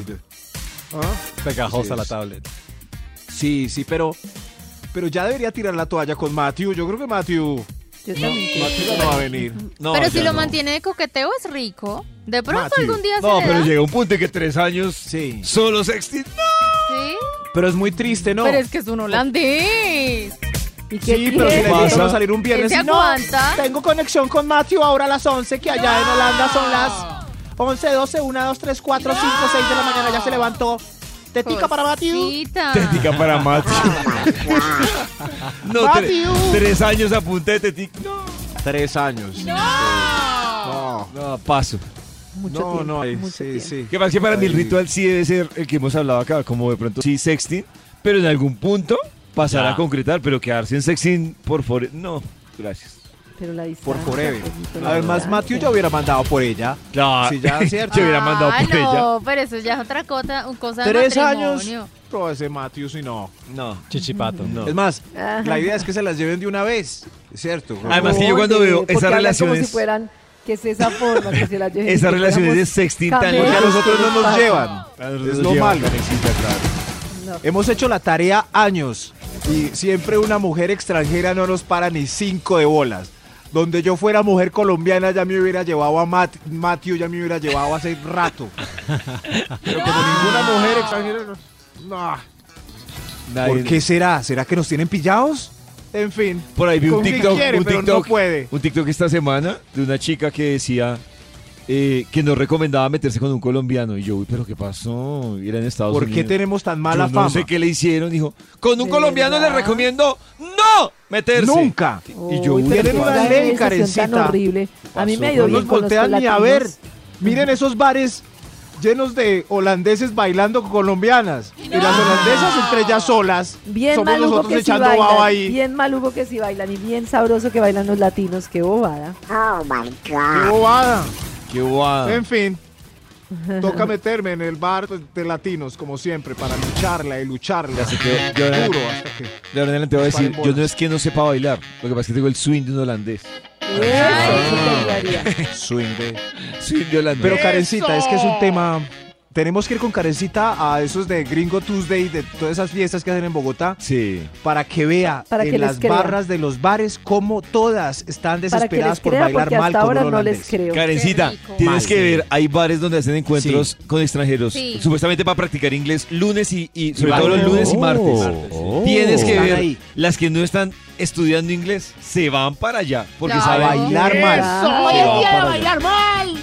[SPEAKER 8] ¿Ah? Pegajosa la tablet.
[SPEAKER 3] Sí, sí, pero. Pero ya debería tirar la toalla con Matthew. Yo creo que Matthew.
[SPEAKER 4] Yo también.
[SPEAKER 3] Matthew no va a venir.
[SPEAKER 2] No,
[SPEAKER 7] pero
[SPEAKER 2] ya
[SPEAKER 7] si lo
[SPEAKER 2] no.
[SPEAKER 7] mantiene de coqueteo es rico. De pronto
[SPEAKER 3] Matthew.
[SPEAKER 7] algún día
[SPEAKER 2] No,
[SPEAKER 7] se le
[SPEAKER 2] pero
[SPEAKER 7] da.
[SPEAKER 2] llega un punto en que tres años
[SPEAKER 3] Sí.
[SPEAKER 2] solo sexting.
[SPEAKER 7] Sí.
[SPEAKER 3] Pero es muy triste, ¿no?
[SPEAKER 7] Pero es que es un holandés.
[SPEAKER 3] Sí,
[SPEAKER 4] ¿Y qué
[SPEAKER 3] pero si
[SPEAKER 4] tiene?
[SPEAKER 3] le invitaron a salir un
[SPEAKER 7] Él
[SPEAKER 3] viernes
[SPEAKER 7] se
[SPEAKER 3] y no.
[SPEAKER 7] aguanta.
[SPEAKER 9] Tengo conexión con Matthew ahora a las 11, que allá en Holanda son las 11, 12, 1, 2, 3, 4, 5, 6 de la mañana. Ya se levantó.
[SPEAKER 7] Pues
[SPEAKER 9] Tetica para Matthew.
[SPEAKER 7] Cosita.
[SPEAKER 2] Tética para Matthew. no, tre-
[SPEAKER 9] Matthew.
[SPEAKER 2] tres años a punta de tética.
[SPEAKER 3] Tres años. No.
[SPEAKER 2] No, paso.
[SPEAKER 4] Mucho
[SPEAKER 3] No,
[SPEAKER 4] tiempo,
[SPEAKER 3] no, eh,
[SPEAKER 4] mucho
[SPEAKER 3] sí,
[SPEAKER 4] tiempo.
[SPEAKER 3] sí.
[SPEAKER 2] Que más que para mí el
[SPEAKER 3] Ay.
[SPEAKER 2] ritual sí debe ser el que hemos hablado acá, como de pronto sí sexting, pero en algún punto pasar
[SPEAKER 8] Ya.
[SPEAKER 2] a concretar, pero quedarse en sexting por favor, no, gracias.
[SPEAKER 4] Pero la distancia. pues,
[SPEAKER 3] Por forever.
[SPEAKER 4] poquito, la
[SPEAKER 3] Además,
[SPEAKER 4] distancia.
[SPEAKER 3] Matthew ya hubiera mandado por ella.
[SPEAKER 2] Claro.
[SPEAKER 3] Sí,
[SPEAKER 2] (laughs)
[SPEAKER 3] ya, ¿cierto?
[SPEAKER 2] Te hubiera mandado
[SPEAKER 7] ah,
[SPEAKER 2] por ella.
[SPEAKER 7] no, pero eso ya es otra cosa, cosa de
[SPEAKER 3] Tres años.
[SPEAKER 7] matrimonio.
[SPEAKER 3] Pero ese Matthew, si no.
[SPEAKER 2] No.
[SPEAKER 8] Chichipato.
[SPEAKER 2] No.
[SPEAKER 3] Es más,
[SPEAKER 4] Ajá.
[SPEAKER 3] la idea es que se las lleven de una vez. ¿Cierto?
[SPEAKER 2] Además que yo cuando
[SPEAKER 4] Oye,
[SPEAKER 2] veo
[SPEAKER 4] porque
[SPEAKER 2] esas
[SPEAKER 4] hablan Como
[SPEAKER 2] relaciones,
[SPEAKER 4] si fueran, que es esa forma que se la lleven.
[SPEAKER 2] esas
[SPEAKER 4] que
[SPEAKER 2] relaciones de
[SPEAKER 4] fuéramos-
[SPEAKER 2] sexting tan
[SPEAKER 4] cambios.
[SPEAKER 3] Porque a
[SPEAKER 2] locas,
[SPEAKER 3] nosotros no nos
[SPEAKER 4] Pasa.
[SPEAKER 3] llevan. Es lo malo. Hemos hecho la tarea años y siempre una mujer extranjera no nos para ni cinco de bolas. Donde yo fuera mujer colombiana ya me hubiera llevado a Mat Matthew, ya me hubiera llevado hace
[SPEAKER 2] (laughs)
[SPEAKER 3] rato. Pero como ninguna mujer extranjera... no- No. ¿Por qué será? ¿Será que nos tienen pillados? En fin.
[SPEAKER 2] Por ahí vi un
[SPEAKER 3] Con quien
[SPEAKER 2] TikTok,
[SPEAKER 3] quiere,
[SPEAKER 2] un
[SPEAKER 3] pero
[SPEAKER 2] TikTok,
[SPEAKER 3] no puede.
[SPEAKER 2] un TikTok esta semana de una chica que decía eh, que nos recomendaba meterse con un colombiano y yo, uy, pero qué pasó, era en Estados
[SPEAKER 3] ¿Por qué
[SPEAKER 2] Unidos.
[SPEAKER 3] tenemos tan
[SPEAKER 2] Yo
[SPEAKER 3] mala
[SPEAKER 2] no
[SPEAKER 3] fama?
[SPEAKER 2] sé qué le hicieron, dijo. Con un colombiano le
[SPEAKER 4] verdad?
[SPEAKER 2] recomiendo no meterse.
[SPEAKER 3] Nunca.
[SPEAKER 2] Y yo,
[SPEAKER 4] Uy,
[SPEAKER 2] uy,
[SPEAKER 4] pero
[SPEAKER 3] tienen
[SPEAKER 4] qué
[SPEAKER 3] una
[SPEAKER 4] verdad,
[SPEAKER 3] ley,
[SPEAKER 4] decisión
[SPEAKER 3] Karencita.
[SPEAKER 4] tan horrible. A mí me ha ido
[SPEAKER 3] No
[SPEAKER 4] bien
[SPEAKER 3] nos
[SPEAKER 4] con los
[SPEAKER 3] voltean ni a ver.
[SPEAKER 4] latinos.
[SPEAKER 3] Miren esos bares llenos de holandeses bailando con colombianas. Y las holandesas entre ellas solas.
[SPEAKER 4] Bien
[SPEAKER 3] somos
[SPEAKER 4] maluco
[SPEAKER 3] nosotros
[SPEAKER 4] que si
[SPEAKER 3] echando
[SPEAKER 4] bailan,
[SPEAKER 3] baba ahí.
[SPEAKER 4] bien maluco que si bailan y bien sabroso que bailan los latinos, qué bobada.
[SPEAKER 3] ¡Qué bobada!
[SPEAKER 2] Qué guada.
[SPEAKER 3] En
[SPEAKER 4] (laughs)
[SPEAKER 3] fin. Toca meterme en el bar de latinos, como siempre, para lucharla y lucharla.
[SPEAKER 2] Así que yo ahora,
[SPEAKER 3] Duro hasta que-
[SPEAKER 2] de ahora en adelante voy a decir,
[SPEAKER 3] Paren
[SPEAKER 2] yo no es que no sepa bailar, lo que pasa es que tengo el swing de un holandés.
[SPEAKER 4] Eso, eso te
[SPEAKER 3] (laughs)
[SPEAKER 4] ayudaría.
[SPEAKER 3] Swing de-
[SPEAKER 2] Swing de holandés.
[SPEAKER 3] Pero Karencita, es que es un tema... Tenemos que ir con Karencita a esos de Gringo Tuesday, de todas esas fiestas que hacen en Bogotá.
[SPEAKER 2] sí.
[SPEAKER 3] para que vea
[SPEAKER 4] Para que
[SPEAKER 3] en
[SPEAKER 4] les
[SPEAKER 3] las
[SPEAKER 4] crea.
[SPEAKER 3] barras de los bares cómo todas están
[SPEAKER 4] Para que
[SPEAKER 3] desesperadas
[SPEAKER 4] les
[SPEAKER 3] por
[SPEAKER 4] crea,
[SPEAKER 3] bailar
[SPEAKER 4] porque
[SPEAKER 3] mal
[SPEAKER 4] hasta
[SPEAKER 3] con
[SPEAKER 4] ahora
[SPEAKER 3] un
[SPEAKER 4] no les
[SPEAKER 3] holandés.
[SPEAKER 4] creo.
[SPEAKER 2] Karencita,
[SPEAKER 7] Qué rico.
[SPEAKER 2] tienes
[SPEAKER 3] Mal,
[SPEAKER 2] que
[SPEAKER 3] sí.
[SPEAKER 2] ver, hay bares donde hacen encuentros con extranjeros,
[SPEAKER 7] Sí.
[SPEAKER 2] supuestamente para practicar inglés lunes y, y sobre
[SPEAKER 3] martes.
[SPEAKER 2] todo los lunes y
[SPEAKER 3] Oh.
[SPEAKER 2] martes.
[SPEAKER 8] Oh.
[SPEAKER 2] Tienes que
[SPEAKER 3] Están
[SPEAKER 2] ver
[SPEAKER 3] ahí.
[SPEAKER 2] las que no están estudiando inglés, se van para allá porque
[SPEAKER 7] Claro.
[SPEAKER 3] A
[SPEAKER 2] saben
[SPEAKER 3] bailar mal.
[SPEAKER 4] Claro.
[SPEAKER 9] Hoy es
[SPEAKER 2] No,
[SPEAKER 9] día de
[SPEAKER 2] para
[SPEAKER 9] bailar mal.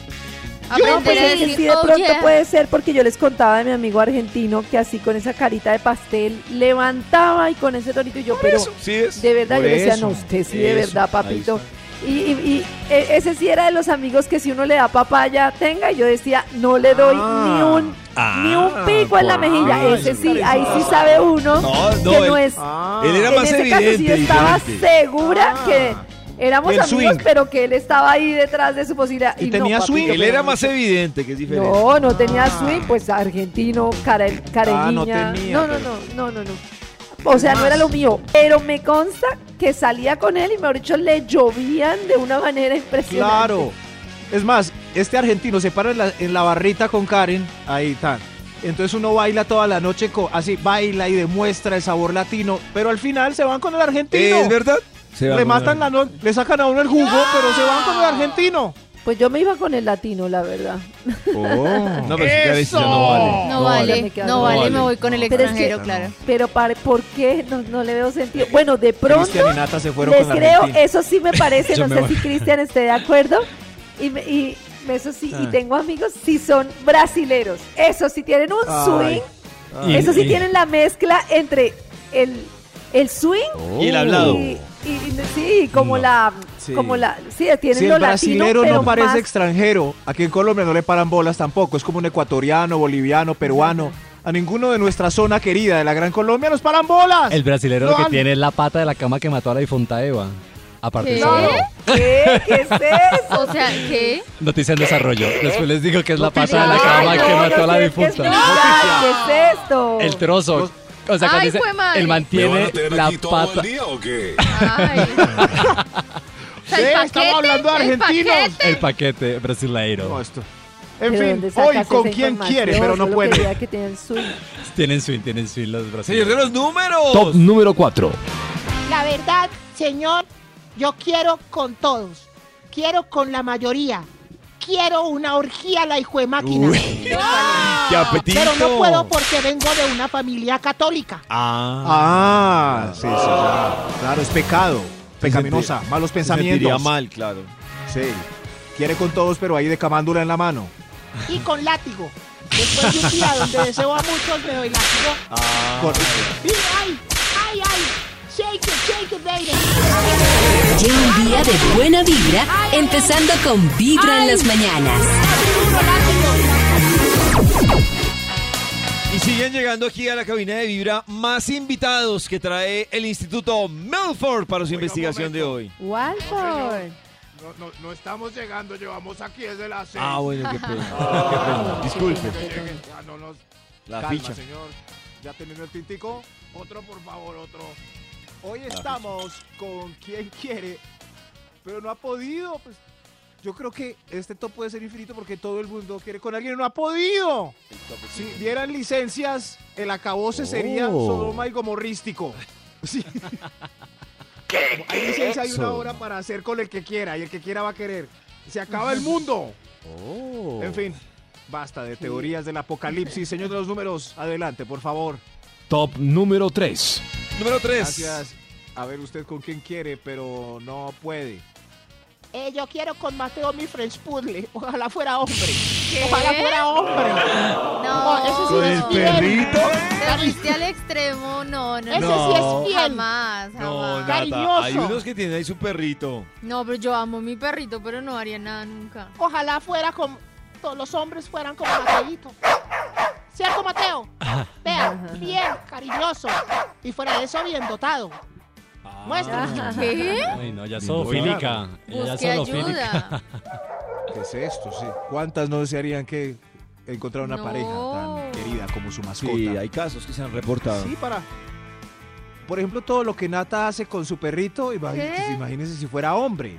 [SPEAKER 4] No,
[SPEAKER 7] Aprender
[SPEAKER 4] pues
[SPEAKER 7] a
[SPEAKER 4] es que
[SPEAKER 7] decir,
[SPEAKER 4] sí, de
[SPEAKER 7] "Oh,
[SPEAKER 4] pronto
[SPEAKER 7] yeah".
[SPEAKER 4] puede ser porque yo les contaba de mi amigo argentino que así con esa carita de pastel levantaba y con ese tonito y yo, pero
[SPEAKER 2] Sí es.
[SPEAKER 4] de verdad yo
[SPEAKER 3] Por
[SPEAKER 4] le decía,
[SPEAKER 3] eso,
[SPEAKER 4] no, usted sí, de
[SPEAKER 2] eso,
[SPEAKER 4] verdad,
[SPEAKER 2] ahí
[SPEAKER 4] papito. Y, y- y, eh, ese sí era de los amigos que si uno le da papaya, tenga, y yo decía, no le doy
[SPEAKER 2] Ah.
[SPEAKER 4] ni un ni un pico en la mejilla. Ese sí, ahí sí sabe uno
[SPEAKER 2] No, no,
[SPEAKER 4] que
[SPEAKER 2] él-
[SPEAKER 4] no es.
[SPEAKER 2] Él era
[SPEAKER 4] en
[SPEAKER 2] más
[SPEAKER 4] ese
[SPEAKER 2] evidente.
[SPEAKER 4] caso sí yo estaba
[SPEAKER 2] diferente.
[SPEAKER 4] segura
[SPEAKER 3] Ah.
[SPEAKER 4] que éramos
[SPEAKER 3] El
[SPEAKER 4] amigos,
[SPEAKER 3] swing.
[SPEAKER 4] pero que él estaba ahí detrás de su posibilidad.
[SPEAKER 3] Y
[SPEAKER 4] no,
[SPEAKER 3] tenía
[SPEAKER 4] papito,
[SPEAKER 3] swing,
[SPEAKER 2] Él
[SPEAKER 4] pero
[SPEAKER 2] era
[SPEAKER 4] no.
[SPEAKER 2] más evidente que es diferente.
[SPEAKER 4] No, no tenía swing, pues argentino, care,
[SPEAKER 3] Ah, no
[SPEAKER 4] careguiña.
[SPEAKER 3] tenía,
[SPEAKER 4] no, no, no, no, no, no. O sea, no era lo mío, pero me consta que salía con él y mejor dicho le llovían de una manera impresionante.
[SPEAKER 3] Claro. Es más, este argentino se para en la, en la barrita con Karen, ahí tan. Entonces uno baila toda la noche co- así, baila y demuestra el sabor latino, pero al final se van con el argentino.
[SPEAKER 2] ¿Es verdad? Se va
[SPEAKER 3] Rematan
[SPEAKER 2] con-
[SPEAKER 3] la no- le sacan a uno el jugo, pero se van con el argentino.
[SPEAKER 4] Pues yo me iba con el latino, la verdad.
[SPEAKER 2] No, pero si cada vez no vale.
[SPEAKER 7] No vale,
[SPEAKER 4] me quedo-
[SPEAKER 7] no
[SPEAKER 4] no
[SPEAKER 7] vale,
[SPEAKER 8] vale.
[SPEAKER 7] me voy con el
[SPEAKER 4] Pero es que-
[SPEAKER 7] extranjero, claro.
[SPEAKER 4] Pero para, ¿por qué? No, no le veo sentido. Bueno, de pronto
[SPEAKER 3] Cristian y Nata se fueron
[SPEAKER 4] les
[SPEAKER 3] con el
[SPEAKER 4] creo,
[SPEAKER 3] argentino.
[SPEAKER 4] eso sí me
[SPEAKER 3] (laughs)
[SPEAKER 4] parece,
[SPEAKER 8] Yo
[SPEAKER 4] no sé
[SPEAKER 8] me voy.
[SPEAKER 4] si Cristian esté de acuerdo. Y, me- y eso sí,
[SPEAKER 3] Ah.
[SPEAKER 4] y tengo amigos, si son brasileros. Eso sí tienen un
[SPEAKER 3] Ay.
[SPEAKER 4] swing
[SPEAKER 8] Y-
[SPEAKER 4] Eso sí
[SPEAKER 8] y-
[SPEAKER 4] tienen la mezcla entre el, el swing
[SPEAKER 2] Y el hablado.
[SPEAKER 4] y, y- sí, como
[SPEAKER 8] No.
[SPEAKER 4] la
[SPEAKER 3] Sí.
[SPEAKER 4] como la sí, tienen
[SPEAKER 3] Si
[SPEAKER 4] lo
[SPEAKER 3] el brasilero
[SPEAKER 4] latino, pero
[SPEAKER 3] no parece
[SPEAKER 4] más-
[SPEAKER 3] extranjero, aquí en Colombia no le paran bolas tampoco. Es como un ecuatoriano, boliviano, peruano. A ninguno de nuestra zona querida de la Gran Colombia nos paran bolas.
[SPEAKER 8] El brasilero
[SPEAKER 3] No,
[SPEAKER 8] lo que
[SPEAKER 3] al-
[SPEAKER 8] tiene es la pata de la cama que mató a la difunta Eva. Aparte de
[SPEAKER 7] ¿Qué?
[SPEAKER 8] eso,
[SPEAKER 4] ¿Qué? ¿Qué es eso?
[SPEAKER 7] O sea, ¿qué?
[SPEAKER 8] noticia en desarrollo. Después les digo que es la pasa de la
[SPEAKER 4] Ay,
[SPEAKER 8] cama
[SPEAKER 4] no,
[SPEAKER 8] que
[SPEAKER 4] no
[SPEAKER 8] mató a la
[SPEAKER 4] sé, es que es
[SPEAKER 8] difunta.
[SPEAKER 4] verdad, ¿Qué es esto?
[SPEAKER 8] El trozo. O sea, acá
[SPEAKER 7] Ay,
[SPEAKER 8] dice,
[SPEAKER 7] jue madre.
[SPEAKER 8] el mantiene la pata.
[SPEAKER 7] Ay. O sea, el
[SPEAKER 6] Sí, estamos hablando de
[SPEAKER 7] el
[SPEAKER 6] argentinos.
[SPEAKER 7] paquete.
[SPEAKER 8] El paquete brasileiro.
[SPEAKER 3] No, esto.
[SPEAKER 4] ¿De
[SPEAKER 3] En
[SPEAKER 4] dónde
[SPEAKER 3] fin,
[SPEAKER 4] sacas
[SPEAKER 3] hoy
[SPEAKER 4] esa
[SPEAKER 3] con quien quiere,
[SPEAKER 4] información?
[SPEAKER 3] pero no
[SPEAKER 4] Solo
[SPEAKER 3] puede.
[SPEAKER 4] quería que tengan su-
[SPEAKER 8] Tienen swing, tienen swing los
[SPEAKER 2] Señor de
[SPEAKER 8] brasileños.
[SPEAKER 2] los números.
[SPEAKER 10] Top número 4.
[SPEAKER 11] La verdad, señor, yo quiero con todos. Quiero con la mayoría. Quiero una orgía a la hijo de máquina.
[SPEAKER 2] ¡Qué apetito!
[SPEAKER 11] Pero no puedo porque vengo de una familia católica.
[SPEAKER 2] Ah.
[SPEAKER 3] Ah, sí, sí, claro. Claro, es pecado. Pecaminosa, malos
[SPEAKER 2] se sentiría
[SPEAKER 3] pensamientos.
[SPEAKER 2] mal, claro.
[SPEAKER 3] Sí. Quiere con todos, pero ahí de camándula en la mano.
[SPEAKER 11] Y con látigo. Después de un día donde deseo a muchos, me doy látigo.
[SPEAKER 3] Con-
[SPEAKER 11] Y ay, ay, ay. Shake it, shake it, baby.
[SPEAKER 1] Lleva un día de buena vibra, empezando con Vibra en las mañanas.
[SPEAKER 2] Y siguen llegando aquí a la cabina de Vibra más invitados que trae el Instituto Melford para su investigación de hoy.
[SPEAKER 4] Walford.
[SPEAKER 5] No, no, no estamos llegando, llevamos aquí desde las seis.
[SPEAKER 2] Ah, bueno, qué pena. qué
[SPEAKER 3] Ah,
[SPEAKER 2] pena. Disculpe.
[SPEAKER 5] Que lleguen, ya no nos-
[SPEAKER 2] La
[SPEAKER 3] Calma,
[SPEAKER 2] ficha.
[SPEAKER 3] señor. ¿Ya terminó el tintico?
[SPEAKER 5] Otro, por favor, otro.
[SPEAKER 3] Hoy estamos con quien quiere, pero no ha podido. pues. yo creo que este top puede ser infinito porque todo el mundo quiere con alguien y no ha podido. Si dieran licencias, el acabose sería
[SPEAKER 10] Oh.
[SPEAKER 3] Sodoma y Gomorrístico. (laughs) Sí. Como Hay licencia, hay una
[SPEAKER 10] Sodoma.
[SPEAKER 3] hora para hacer con el que quiera y el que quiera va a querer. Se acaba el mundo.
[SPEAKER 2] Oh.
[SPEAKER 3] En fin, basta de teorías del apocalipsis. Señor de los números, adelante, por favor.
[SPEAKER 10] Top número 3.
[SPEAKER 2] Número 3.
[SPEAKER 3] Gracias. A ver usted con quién quiere, pero no puede.
[SPEAKER 11] Eh, yo quiero con Mateo mi French Puzzle. Ojalá fuera hombre. Ojalá fuera hombre.
[SPEAKER 7] No,
[SPEAKER 11] eso sí
[SPEAKER 2] Oh.
[SPEAKER 11] es fiel.
[SPEAKER 7] Te fuiste al extremo, no, no.
[SPEAKER 11] Ese
[SPEAKER 7] no.
[SPEAKER 11] sí es fiel.
[SPEAKER 7] Jamás,
[SPEAKER 2] No,
[SPEAKER 7] jamás.
[SPEAKER 2] nada. Hay
[SPEAKER 11] Cariñoso.
[SPEAKER 2] unos que tienen ahí su perrito.
[SPEAKER 7] No, pero yo amo mi perrito, pero no haría nada nunca.
[SPEAKER 11] Ojalá fuera como. Todos los hombres fueran como Mateito. ¿Cierto, Mateo? Vea, bien, cariñoso. Y fuera de eso, bien dotado. Muestra.
[SPEAKER 7] ¿Qué?
[SPEAKER 8] Ay, no, ya
[SPEAKER 3] Bien,
[SPEAKER 8] zoofílica. Ella
[SPEAKER 7] Busque
[SPEAKER 8] Ya zoofílica.
[SPEAKER 7] ayuda.
[SPEAKER 3] ¿Qué es esto? Sí. ¿Cuántas no desearían que encontrar una
[SPEAKER 7] No.
[SPEAKER 3] pareja tan querida como su mascota?
[SPEAKER 2] Sí, hay casos que se han reportado.
[SPEAKER 3] Sí, para. Por ejemplo, todo lo que Nata hace con su perrito, imagínense,
[SPEAKER 7] ¿Qué?
[SPEAKER 3] imagínense si fuera hombre.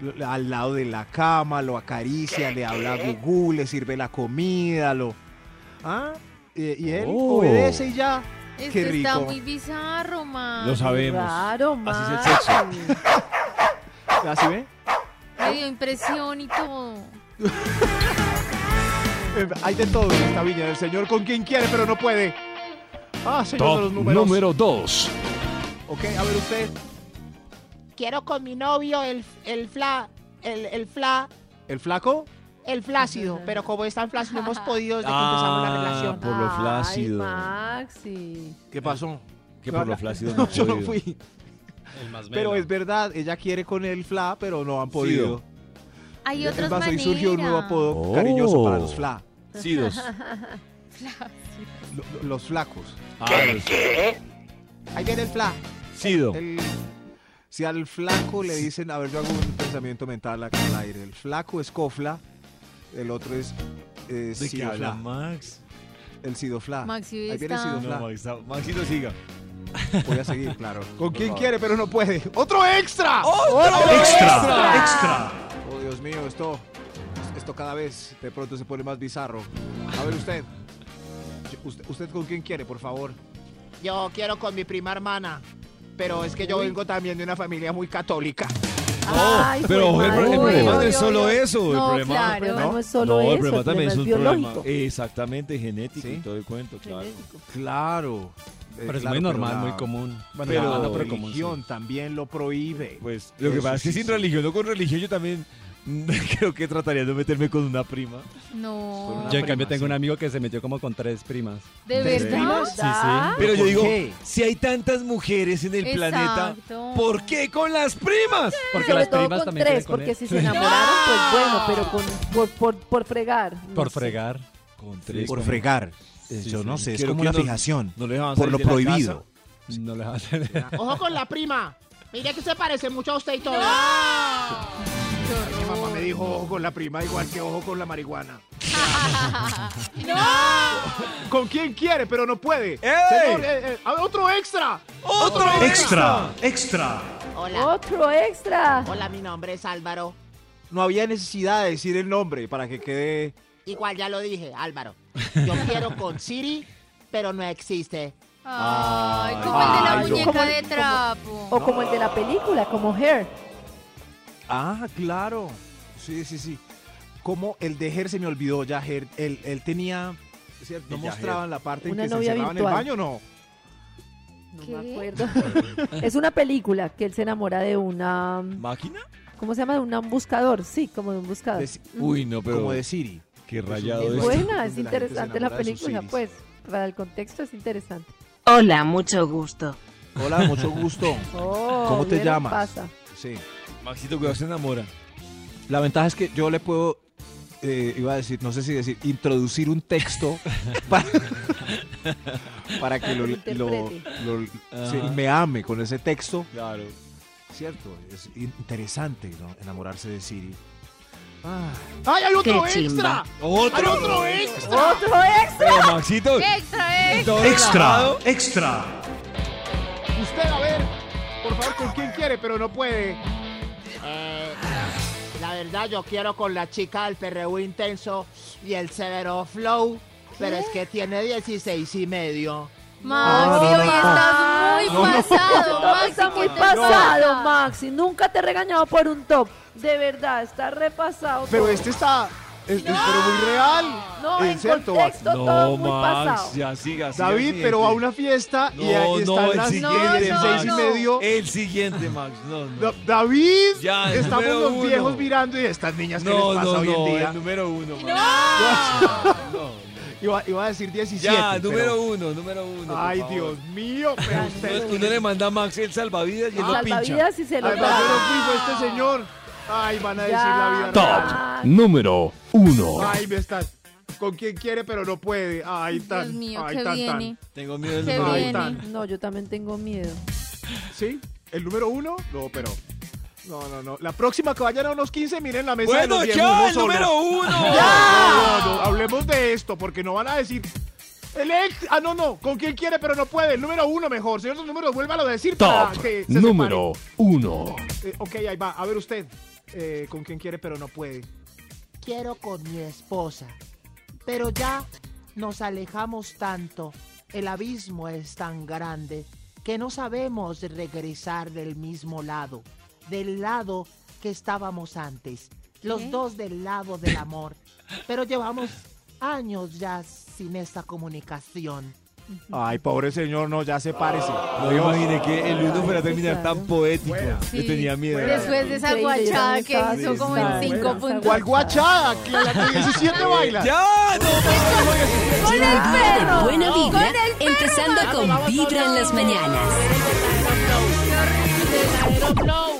[SPEAKER 3] Lo- Al lado de la cama, lo acaricia, le habla gugú, le sirve la comida, lo. ¿Ah? eh, Y, él
[SPEAKER 10] Oh.
[SPEAKER 3] obedece y ya.
[SPEAKER 7] Esto
[SPEAKER 3] Qué
[SPEAKER 7] está
[SPEAKER 3] rico.
[SPEAKER 7] muy bizarro, man.
[SPEAKER 3] Ah,
[SPEAKER 2] Lo sabemos.
[SPEAKER 4] Claro,
[SPEAKER 2] Así es
[SPEAKER 4] más.
[SPEAKER 2] el sexo.
[SPEAKER 3] ¿Así ve?
[SPEAKER 7] Me dio impresión y todo.
[SPEAKER 3] Eh, Hay de todo en esta viña del señor con quien quiere, pero no puede. Ah, señor de
[SPEAKER 10] Top
[SPEAKER 3] los números.
[SPEAKER 10] número 2.
[SPEAKER 3] Ok, a ver usted.
[SPEAKER 11] Quiero con mi novio el, el fla. El, el fla.
[SPEAKER 3] ¿El flaco?
[SPEAKER 11] El flácido. Pero como es tan flácido, no hemos podido desde que empezamos la
[SPEAKER 2] Ah,
[SPEAKER 11] relación.
[SPEAKER 2] Por lo flácido.
[SPEAKER 4] Ay, Maxi.
[SPEAKER 10] Eh,
[SPEAKER 3] ¿Qué pasó?
[SPEAKER 2] Que por lo flácido no
[SPEAKER 3] No, yo no
[SPEAKER 2] puedo.
[SPEAKER 3] fui.
[SPEAKER 8] El
[SPEAKER 10] pues
[SPEAKER 8] más
[SPEAKER 3] Pero
[SPEAKER 8] melo.
[SPEAKER 3] es verdad, ella quiere con el fla, pero no han podido.
[SPEAKER 7] Hay
[SPEAKER 3] Es
[SPEAKER 7] otras
[SPEAKER 3] más,
[SPEAKER 7] maneras.
[SPEAKER 3] hoy surgió un nuevo apodo cariñoso para los fla.
[SPEAKER 2] Sidos.
[SPEAKER 3] (laughs) lo- los flacos.
[SPEAKER 2] Ah, los-
[SPEAKER 3] Ahí viene el fla.
[SPEAKER 2] Sido.
[SPEAKER 3] El- si al flaco le dicen, a ver, yo hago un pensamiento mental acá al aire. El flaco es cofla, el otro es eh,
[SPEAKER 2] ¿De qué habla
[SPEAKER 3] sidofla.
[SPEAKER 2] Max?
[SPEAKER 3] El sidofla.
[SPEAKER 7] Maxi
[SPEAKER 3] Ahí viene el
[SPEAKER 7] está-
[SPEAKER 3] sidofla.
[SPEAKER 2] No, Max, Maxito siga.
[SPEAKER 3] Voy a seguir, claro. Con quien quiere, pero no puede. Oh, ¡Otro extra!
[SPEAKER 10] Extra. Extra.
[SPEAKER 3] Oh, Dios mío, esto, esto cada vez de pronto se pone más bizarro. A ver usted. Yo- ¿Usted, usted con quién quiere, por favor?
[SPEAKER 11] Yo quiero con mi prima hermana. Pero es que yo vengo también de una familia muy católica.
[SPEAKER 4] Ay,
[SPEAKER 2] Pero
[SPEAKER 4] fue
[SPEAKER 2] el, pro- el
[SPEAKER 4] madre.
[SPEAKER 2] problema no
[SPEAKER 4] Uy,
[SPEAKER 2] es
[SPEAKER 4] uy,
[SPEAKER 2] solo
[SPEAKER 4] uy.
[SPEAKER 2] eso.
[SPEAKER 7] No,
[SPEAKER 2] el problema,
[SPEAKER 7] claro. El
[SPEAKER 4] problema no es solo eso,
[SPEAKER 2] El problema
[SPEAKER 4] el
[SPEAKER 2] también es un
[SPEAKER 4] problema es
[SPEAKER 2] problema. Eh,
[SPEAKER 4] biológico.
[SPEAKER 2] Exactamente, genético y
[SPEAKER 3] Sí.
[SPEAKER 2] todo el cuento, claro.
[SPEAKER 3] Eh, Claro.
[SPEAKER 8] Pero es muy normal, muy común. Bueno,
[SPEAKER 3] Pero
[SPEAKER 8] normal,
[SPEAKER 3] la
[SPEAKER 8] no, pero común. sí.
[SPEAKER 3] religión también lo prohíbe.
[SPEAKER 2] Pues lo que
[SPEAKER 3] Eso
[SPEAKER 2] pasa es que
[SPEAKER 3] sí,
[SPEAKER 2] sin
[SPEAKER 3] sí.
[SPEAKER 2] religión o con religión yo también (laughs) mm, creo que trataría de meterme con una prima.
[SPEAKER 7] No.
[SPEAKER 8] Yo en cambio
[SPEAKER 3] prima,
[SPEAKER 8] tengo
[SPEAKER 3] sí.
[SPEAKER 8] un amigo que se metió como con tres primas.
[SPEAKER 7] ¿De
[SPEAKER 3] ¿Tres
[SPEAKER 7] verdad?
[SPEAKER 8] Sí, sí.
[SPEAKER 2] Pero yo
[SPEAKER 3] por
[SPEAKER 2] digo,
[SPEAKER 3] qué?
[SPEAKER 2] si hay tantas mujeres en el planeta,
[SPEAKER 7] Exacto.
[SPEAKER 2] ¿por qué con las primas?
[SPEAKER 8] Porque
[SPEAKER 4] Sobre
[SPEAKER 8] las
[SPEAKER 4] todo
[SPEAKER 8] primas
[SPEAKER 4] con
[SPEAKER 8] también
[SPEAKER 4] tres,
[SPEAKER 8] quieren con
[SPEAKER 4] porque
[SPEAKER 8] él.
[SPEAKER 4] si se enamoraron, pues bueno, pero con, por, por, por fregar. no
[SPEAKER 8] Por
[SPEAKER 4] sé.
[SPEAKER 8] fregar.
[SPEAKER 2] Con tres.
[SPEAKER 3] Por
[SPEAKER 2] como-
[SPEAKER 3] fregar. Eh,
[SPEAKER 8] Sí,
[SPEAKER 3] yo
[SPEAKER 8] sí.
[SPEAKER 3] no sé, es
[SPEAKER 2] Quiero
[SPEAKER 3] como
[SPEAKER 2] que
[SPEAKER 3] una
[SPEAKER 2] uno-
[SPEAKER 3] fijación.
[SPEAKER 2] No le dejaban
[SPEAKER 3] por
[SPEAKER 2] salir
[SPEAKER 3] lo
[SPEAKER 2] de la
[SPEAKER 3] prohibido.
[SPEAKER 2] casa.
[SPEAKER 8] No le va a hacer.
[SPEAKER 11] Ojo con la prima. Mire que se parece mucho a usted y todo.
[SPEAKER 5] Mi mamá me dijo ojo con la prima, igual que ojo con la
[SPEAKER 4] (laughs)
[SPEAKER 5] marihuana.
[SPEAKER 3] ¿Con quién quiere, pero no puede?
[SPEAKER 5] Señor, eh, eh, a ver, ¡Otro extra!
[SPEAKER 11] ¡Otro
[SPEAKER 10] Extra, extra.
[SPEAKER 9] Hola.
[SPEAKER 4] Otro extra.
[SPEAKER 9] Hola, mi nombre es Álvaro.
[SPEAKER 3] No había necesidad de decir el nombre para que quede.
[SPEAKER 9] Igual ya lo dije,
[SPEAKER 1] (laughs)
[SPEAKER 9] Álvaro. Yo quiero con Siri, pero no existe.
[SPEAKER 7] Ay, como el de la
[SPEAKER 3] Ay, yo-
[SPEAKER 7] muñeca
[SPEAKER 4] como-
[SPEAKER 7] de trapo.
[SPEAKER 4] O como el de la película, como Hair.
[SPEAKER 3] Ah, claro. Sí, sí, sí. Como el de Her se me olvidó ya, Her. Él, él tenía. ¿cierto? No
[SPEAKER 9] Ya, Her.
[SPEAKER 3] mostraban la parte en
[SPEAKER 4] Una
[SPEAKER 3] que se
[SPEAKER 4] novia
[SPEAKER 3] encerraba en el
[SPEAKER 4] virtual.
[SPEAKER 3] baño, ¿no?
[SPEAKER 4] No
[SPEAKER 7] ¿Qué?
[SPEAKER 4] me acuerdo. (laughs) es una película que él se enamora de una.
[SPEAKER 2] ¿Máquina?
[SPEAKER 4] ¿Cómo se llama? De una- un buscador. Sí, como de un buscador.
[SPEAKER 3] De-
[SPEAKER 8] Uy, no, pero.
[SPEAKER 3] Como de Siri.
[SPEAKER 8] Qué
[SPEAKER 3] Es
[SPEAKER 8] rayado
[SPEAKER 4] es
[SPEAKER 8] es.
[SPEAKER 4] buena, es
[SPEAKER 3] Donde la gente se
[SPEAKER 4] interesante la
[SPEAKER 3] enamora de sus
[SPEAKER 4] película,
[SPEAKER 3] Siris.
[SPEAKER 4] pues. Para el contexto es interesante.
[SPEAKER 1] Hola, mucho gusto.
[SPEAKER 3] Hola, mucho gusto.
[SPEAKER 4] Oh,
[SPEAKER 3] ¿Cómo te
[SPEAKER 4] ¿vieron?
[SPEAKER 3] llamas?
[SPEAKER 4] Pasa.
[SPEAKER 3] Sí.
[SPEAKER 2] Maxito, cuidado, se enamora.
[SPEAKER 3] La ventaja es que yo le puedo. eh, iba a decir, no sé si decir, introducir un (laughs) texto para, para que lo, lo-
[SPEAKER 4] Interprete.
[SPEAKER 3] lo-
[SPEAKER 8] Ajá.
[SPEAKER 3] sí, me ame con ese texto.
[SPEAKER 8] Claro.
[SPEAKER 3] Cierto, es interesante ¿no? enamorarse de Siri.
[SPEAKER 5] ¡Ay, hay
[SPEAKER 1] Qué
[SPEAKER 5] otro extra!
[SPEAKER 1] chimba.
[SPEAKER 5] ¡Hay otro extra!
[SPEAKER 4] ¡Otro extra!
[SPEAKER 8] (laughs) Pero Maxito.
[SPEAKER 7] Extra, extra.
[SPEAKER 10] Extra, extra.
[SPEAKER 5] Usted, a ver, por favor, ¿con quién quiere, pero no puede?
[SPEAKER 9] Eh, la verdad, yo quiero con la chica del perreo intenso y el severo flow, pero es que tiene 16 y medio.
[SPEAKER 7] Maxi,
[SPEAKER 3] No, no,
[SPEAKER 7] hoy
[SPEAKER 3] no.
[SPEAKER 7] estás muy pasado.
[SPEAKER 4] Todo
[SPEAKER 7] Maxi,
[SPEAKER 4] está
[SPEAKER 7] ¿qué
[SPEAKER 4] muy
[SPEAKER 7] te
[SPEAKER 4] pasado,
[SPEAKER 7] pasa?
[SPEAKER 4] Maxi. Nunca te he regañado por un top. De verdad, está repasado.
[SPEAKER 5] Pero
[SPEAKER 4] todo.
[SPEAKER 5] este está. es- es- pero muy real.
[SPEAKER 4] No,
[SPEAKER 5] ¿en
[SPEAKER 4] en
[SPEAKER 5] cierto,
[SPEAKER 4] contexto, todo
[SPEAKER 8] No,
[SPEAKER 4] muy
[SPEAKER 8] Max.
[SPEAKER 4] pasado.
[SPEAKER 8] Ya siga, siga.
[SPEAKER 5] David,
[SPEAKER 8] siguiente.
[SPEAKER 5] pero a una fiesta y
[SPEAKER 2] No,
[SPEAKER 5] ahí
[SPEAKER 2] no,
[SPEAKER 5] están
[SPEAKER 2] el
[SPEAKER 5] las
[SPEAKER 2] siguiente,
[SPEAKER 5] 16
[SPEAKER 7] Max.
[SPEAKER 5] y
[SPEAKER 7] No, no.
[SPEAKER 5] medio.
[SPEAKER 2] El siguiente, Max. No, no.
[SPEAKER 5] Da- David,
[SPEAKER 2] Ya, el
[SPEAKER 5] estamos
[SPEAKER 2] número
[SPEAKER 5] los
[SPEAKER 2] uno.
[SPEAKER 5] viejos mirando y estas niñas que
[SPEAKER 2] No,
[SPEAKER 5] les pasa
[SPEAKER 2] no,
[SPEAKER 5] hoy en
[SPEAKER 2] no, eh,
[SPEAKER 5] día.
[SPEAKER 2] el número uno, Max.
[SPEAKER 5] Iba, iba a decir 17.
[SPEAKER 2] Ya,
[SPEAKER 5] pero-
[SPEAKER 2] número uno, número uno. por
[SPEAKER 5] Ay,
[SPEAKER 2] favor.
[SPEAKER 5] Dios mío, pero usted.
[SPEAKER 2] Uno le manda a Max el salvavidas y él lo pincha.
[SPEAKER 4] Salvavidas si se lo
[SPEAKER 5] Además, yo no
[SPEAKER 4] da.
[SPEAKER 5] fui, fue este señor. Ay, van a decir
[SPEAKER 4] Ya.
[SPEAKER 5] la vida. real.
[SPEAKER 10] Top número uno.
[SPEAKER 5] Ay, me están. Con quien quiere, pero no puede. Ay, tan.
[SPEAKER 7] Dios mío,
[SPEAKER 5] ay,
[SPEAKER 7] ¿qué
[SPEAKER 5] tan,
[SPEAKER 7] viene?
[SPEAKER 2] Tengo miedo del
[SPEAKER 7] ¿Qué
[SPEAKER 2] número
[SPEAKER 5] Ahí
[SPEAKER 7] viene?
[SPEAKER 2] uno.
[SPEAKER 5] está.
[SPEAKER 4] No, yo también tengo miedo.
[SPEAKER 5] tan. ¿Sí? ¿El número uno? No, pero. No, no, no. La próxima que vayan a unos 15, miren la mesa de
[SPEAKER 2] Bueno,
[SPEAKER 5] los viejos.
[SPEAKER 2] ya,
[SPEAKER 5] no
[SPEAKER 2] el
[SPEAKER 5] solo.
[SPEAKER 2] número
[SPEAKER 5] (laughs)
[SPEAKER 2] uno.
[SPEAKER 5] No, no, no, hablemos de esto, porque no van a decir. El ex. Ah, no, no. Con quien quiere, pero no puede. El número uno mejor. Señor, los números, vuélvalo a decir. para
[SPEAKER 10] Top
[SPEAKER 5] que se
[SPEAKER 10] número uno.
[SPEAKER 5] separe. Eh, ok, ahí va. A ver usted. eh, con quien quiere, pero no puede.
[SPEAKER 9] Quiero con mi esposa, pero ya nos alejamos tanto, el abismo es tan grande que no sabemos regresar del mismo lado, del lado que estábamos antes,
[SPEAKER 7] ¿Qué?
[SPEAKER 9] los dos del lado del amor, pero llevamos años ya sin esta comunicación.
[SPEAKER 5] Ay, pobre señor, no, ya se parece.
[SPEAKER 2] No imaginé que el uno fuera a terminar tan poético. Yo
[SPEAKER 7] Sí,
[SPEAKER 2] tenía miedo.
[SPEAKER 7] Después de esa
[SPEAKER 4] Increíble,
[SPEAKER 7] guachada que
[SPEAKER 4] yo no
[SPEAKER 7] hizo
[SPEAKER 4] estaba
[SPEAKER 7] como en
[SPEAKER 4] asustada.
[SPEAKER 7] cinco puntos.
[SPEAKER 5] ¿Cuál guachada? Que la que 17 baila.
[SPEAKER 2] ¡Ya! ¡No!
[SPEAKER 7] ¡Con el perro!
[SPEAKER 1] Buena vibra,
[SPEAKER 7] ¡Con el perro!
[SPEAKER 1] empezando con Vibra en las mañanas.
[SPEAKER 9] Pero no,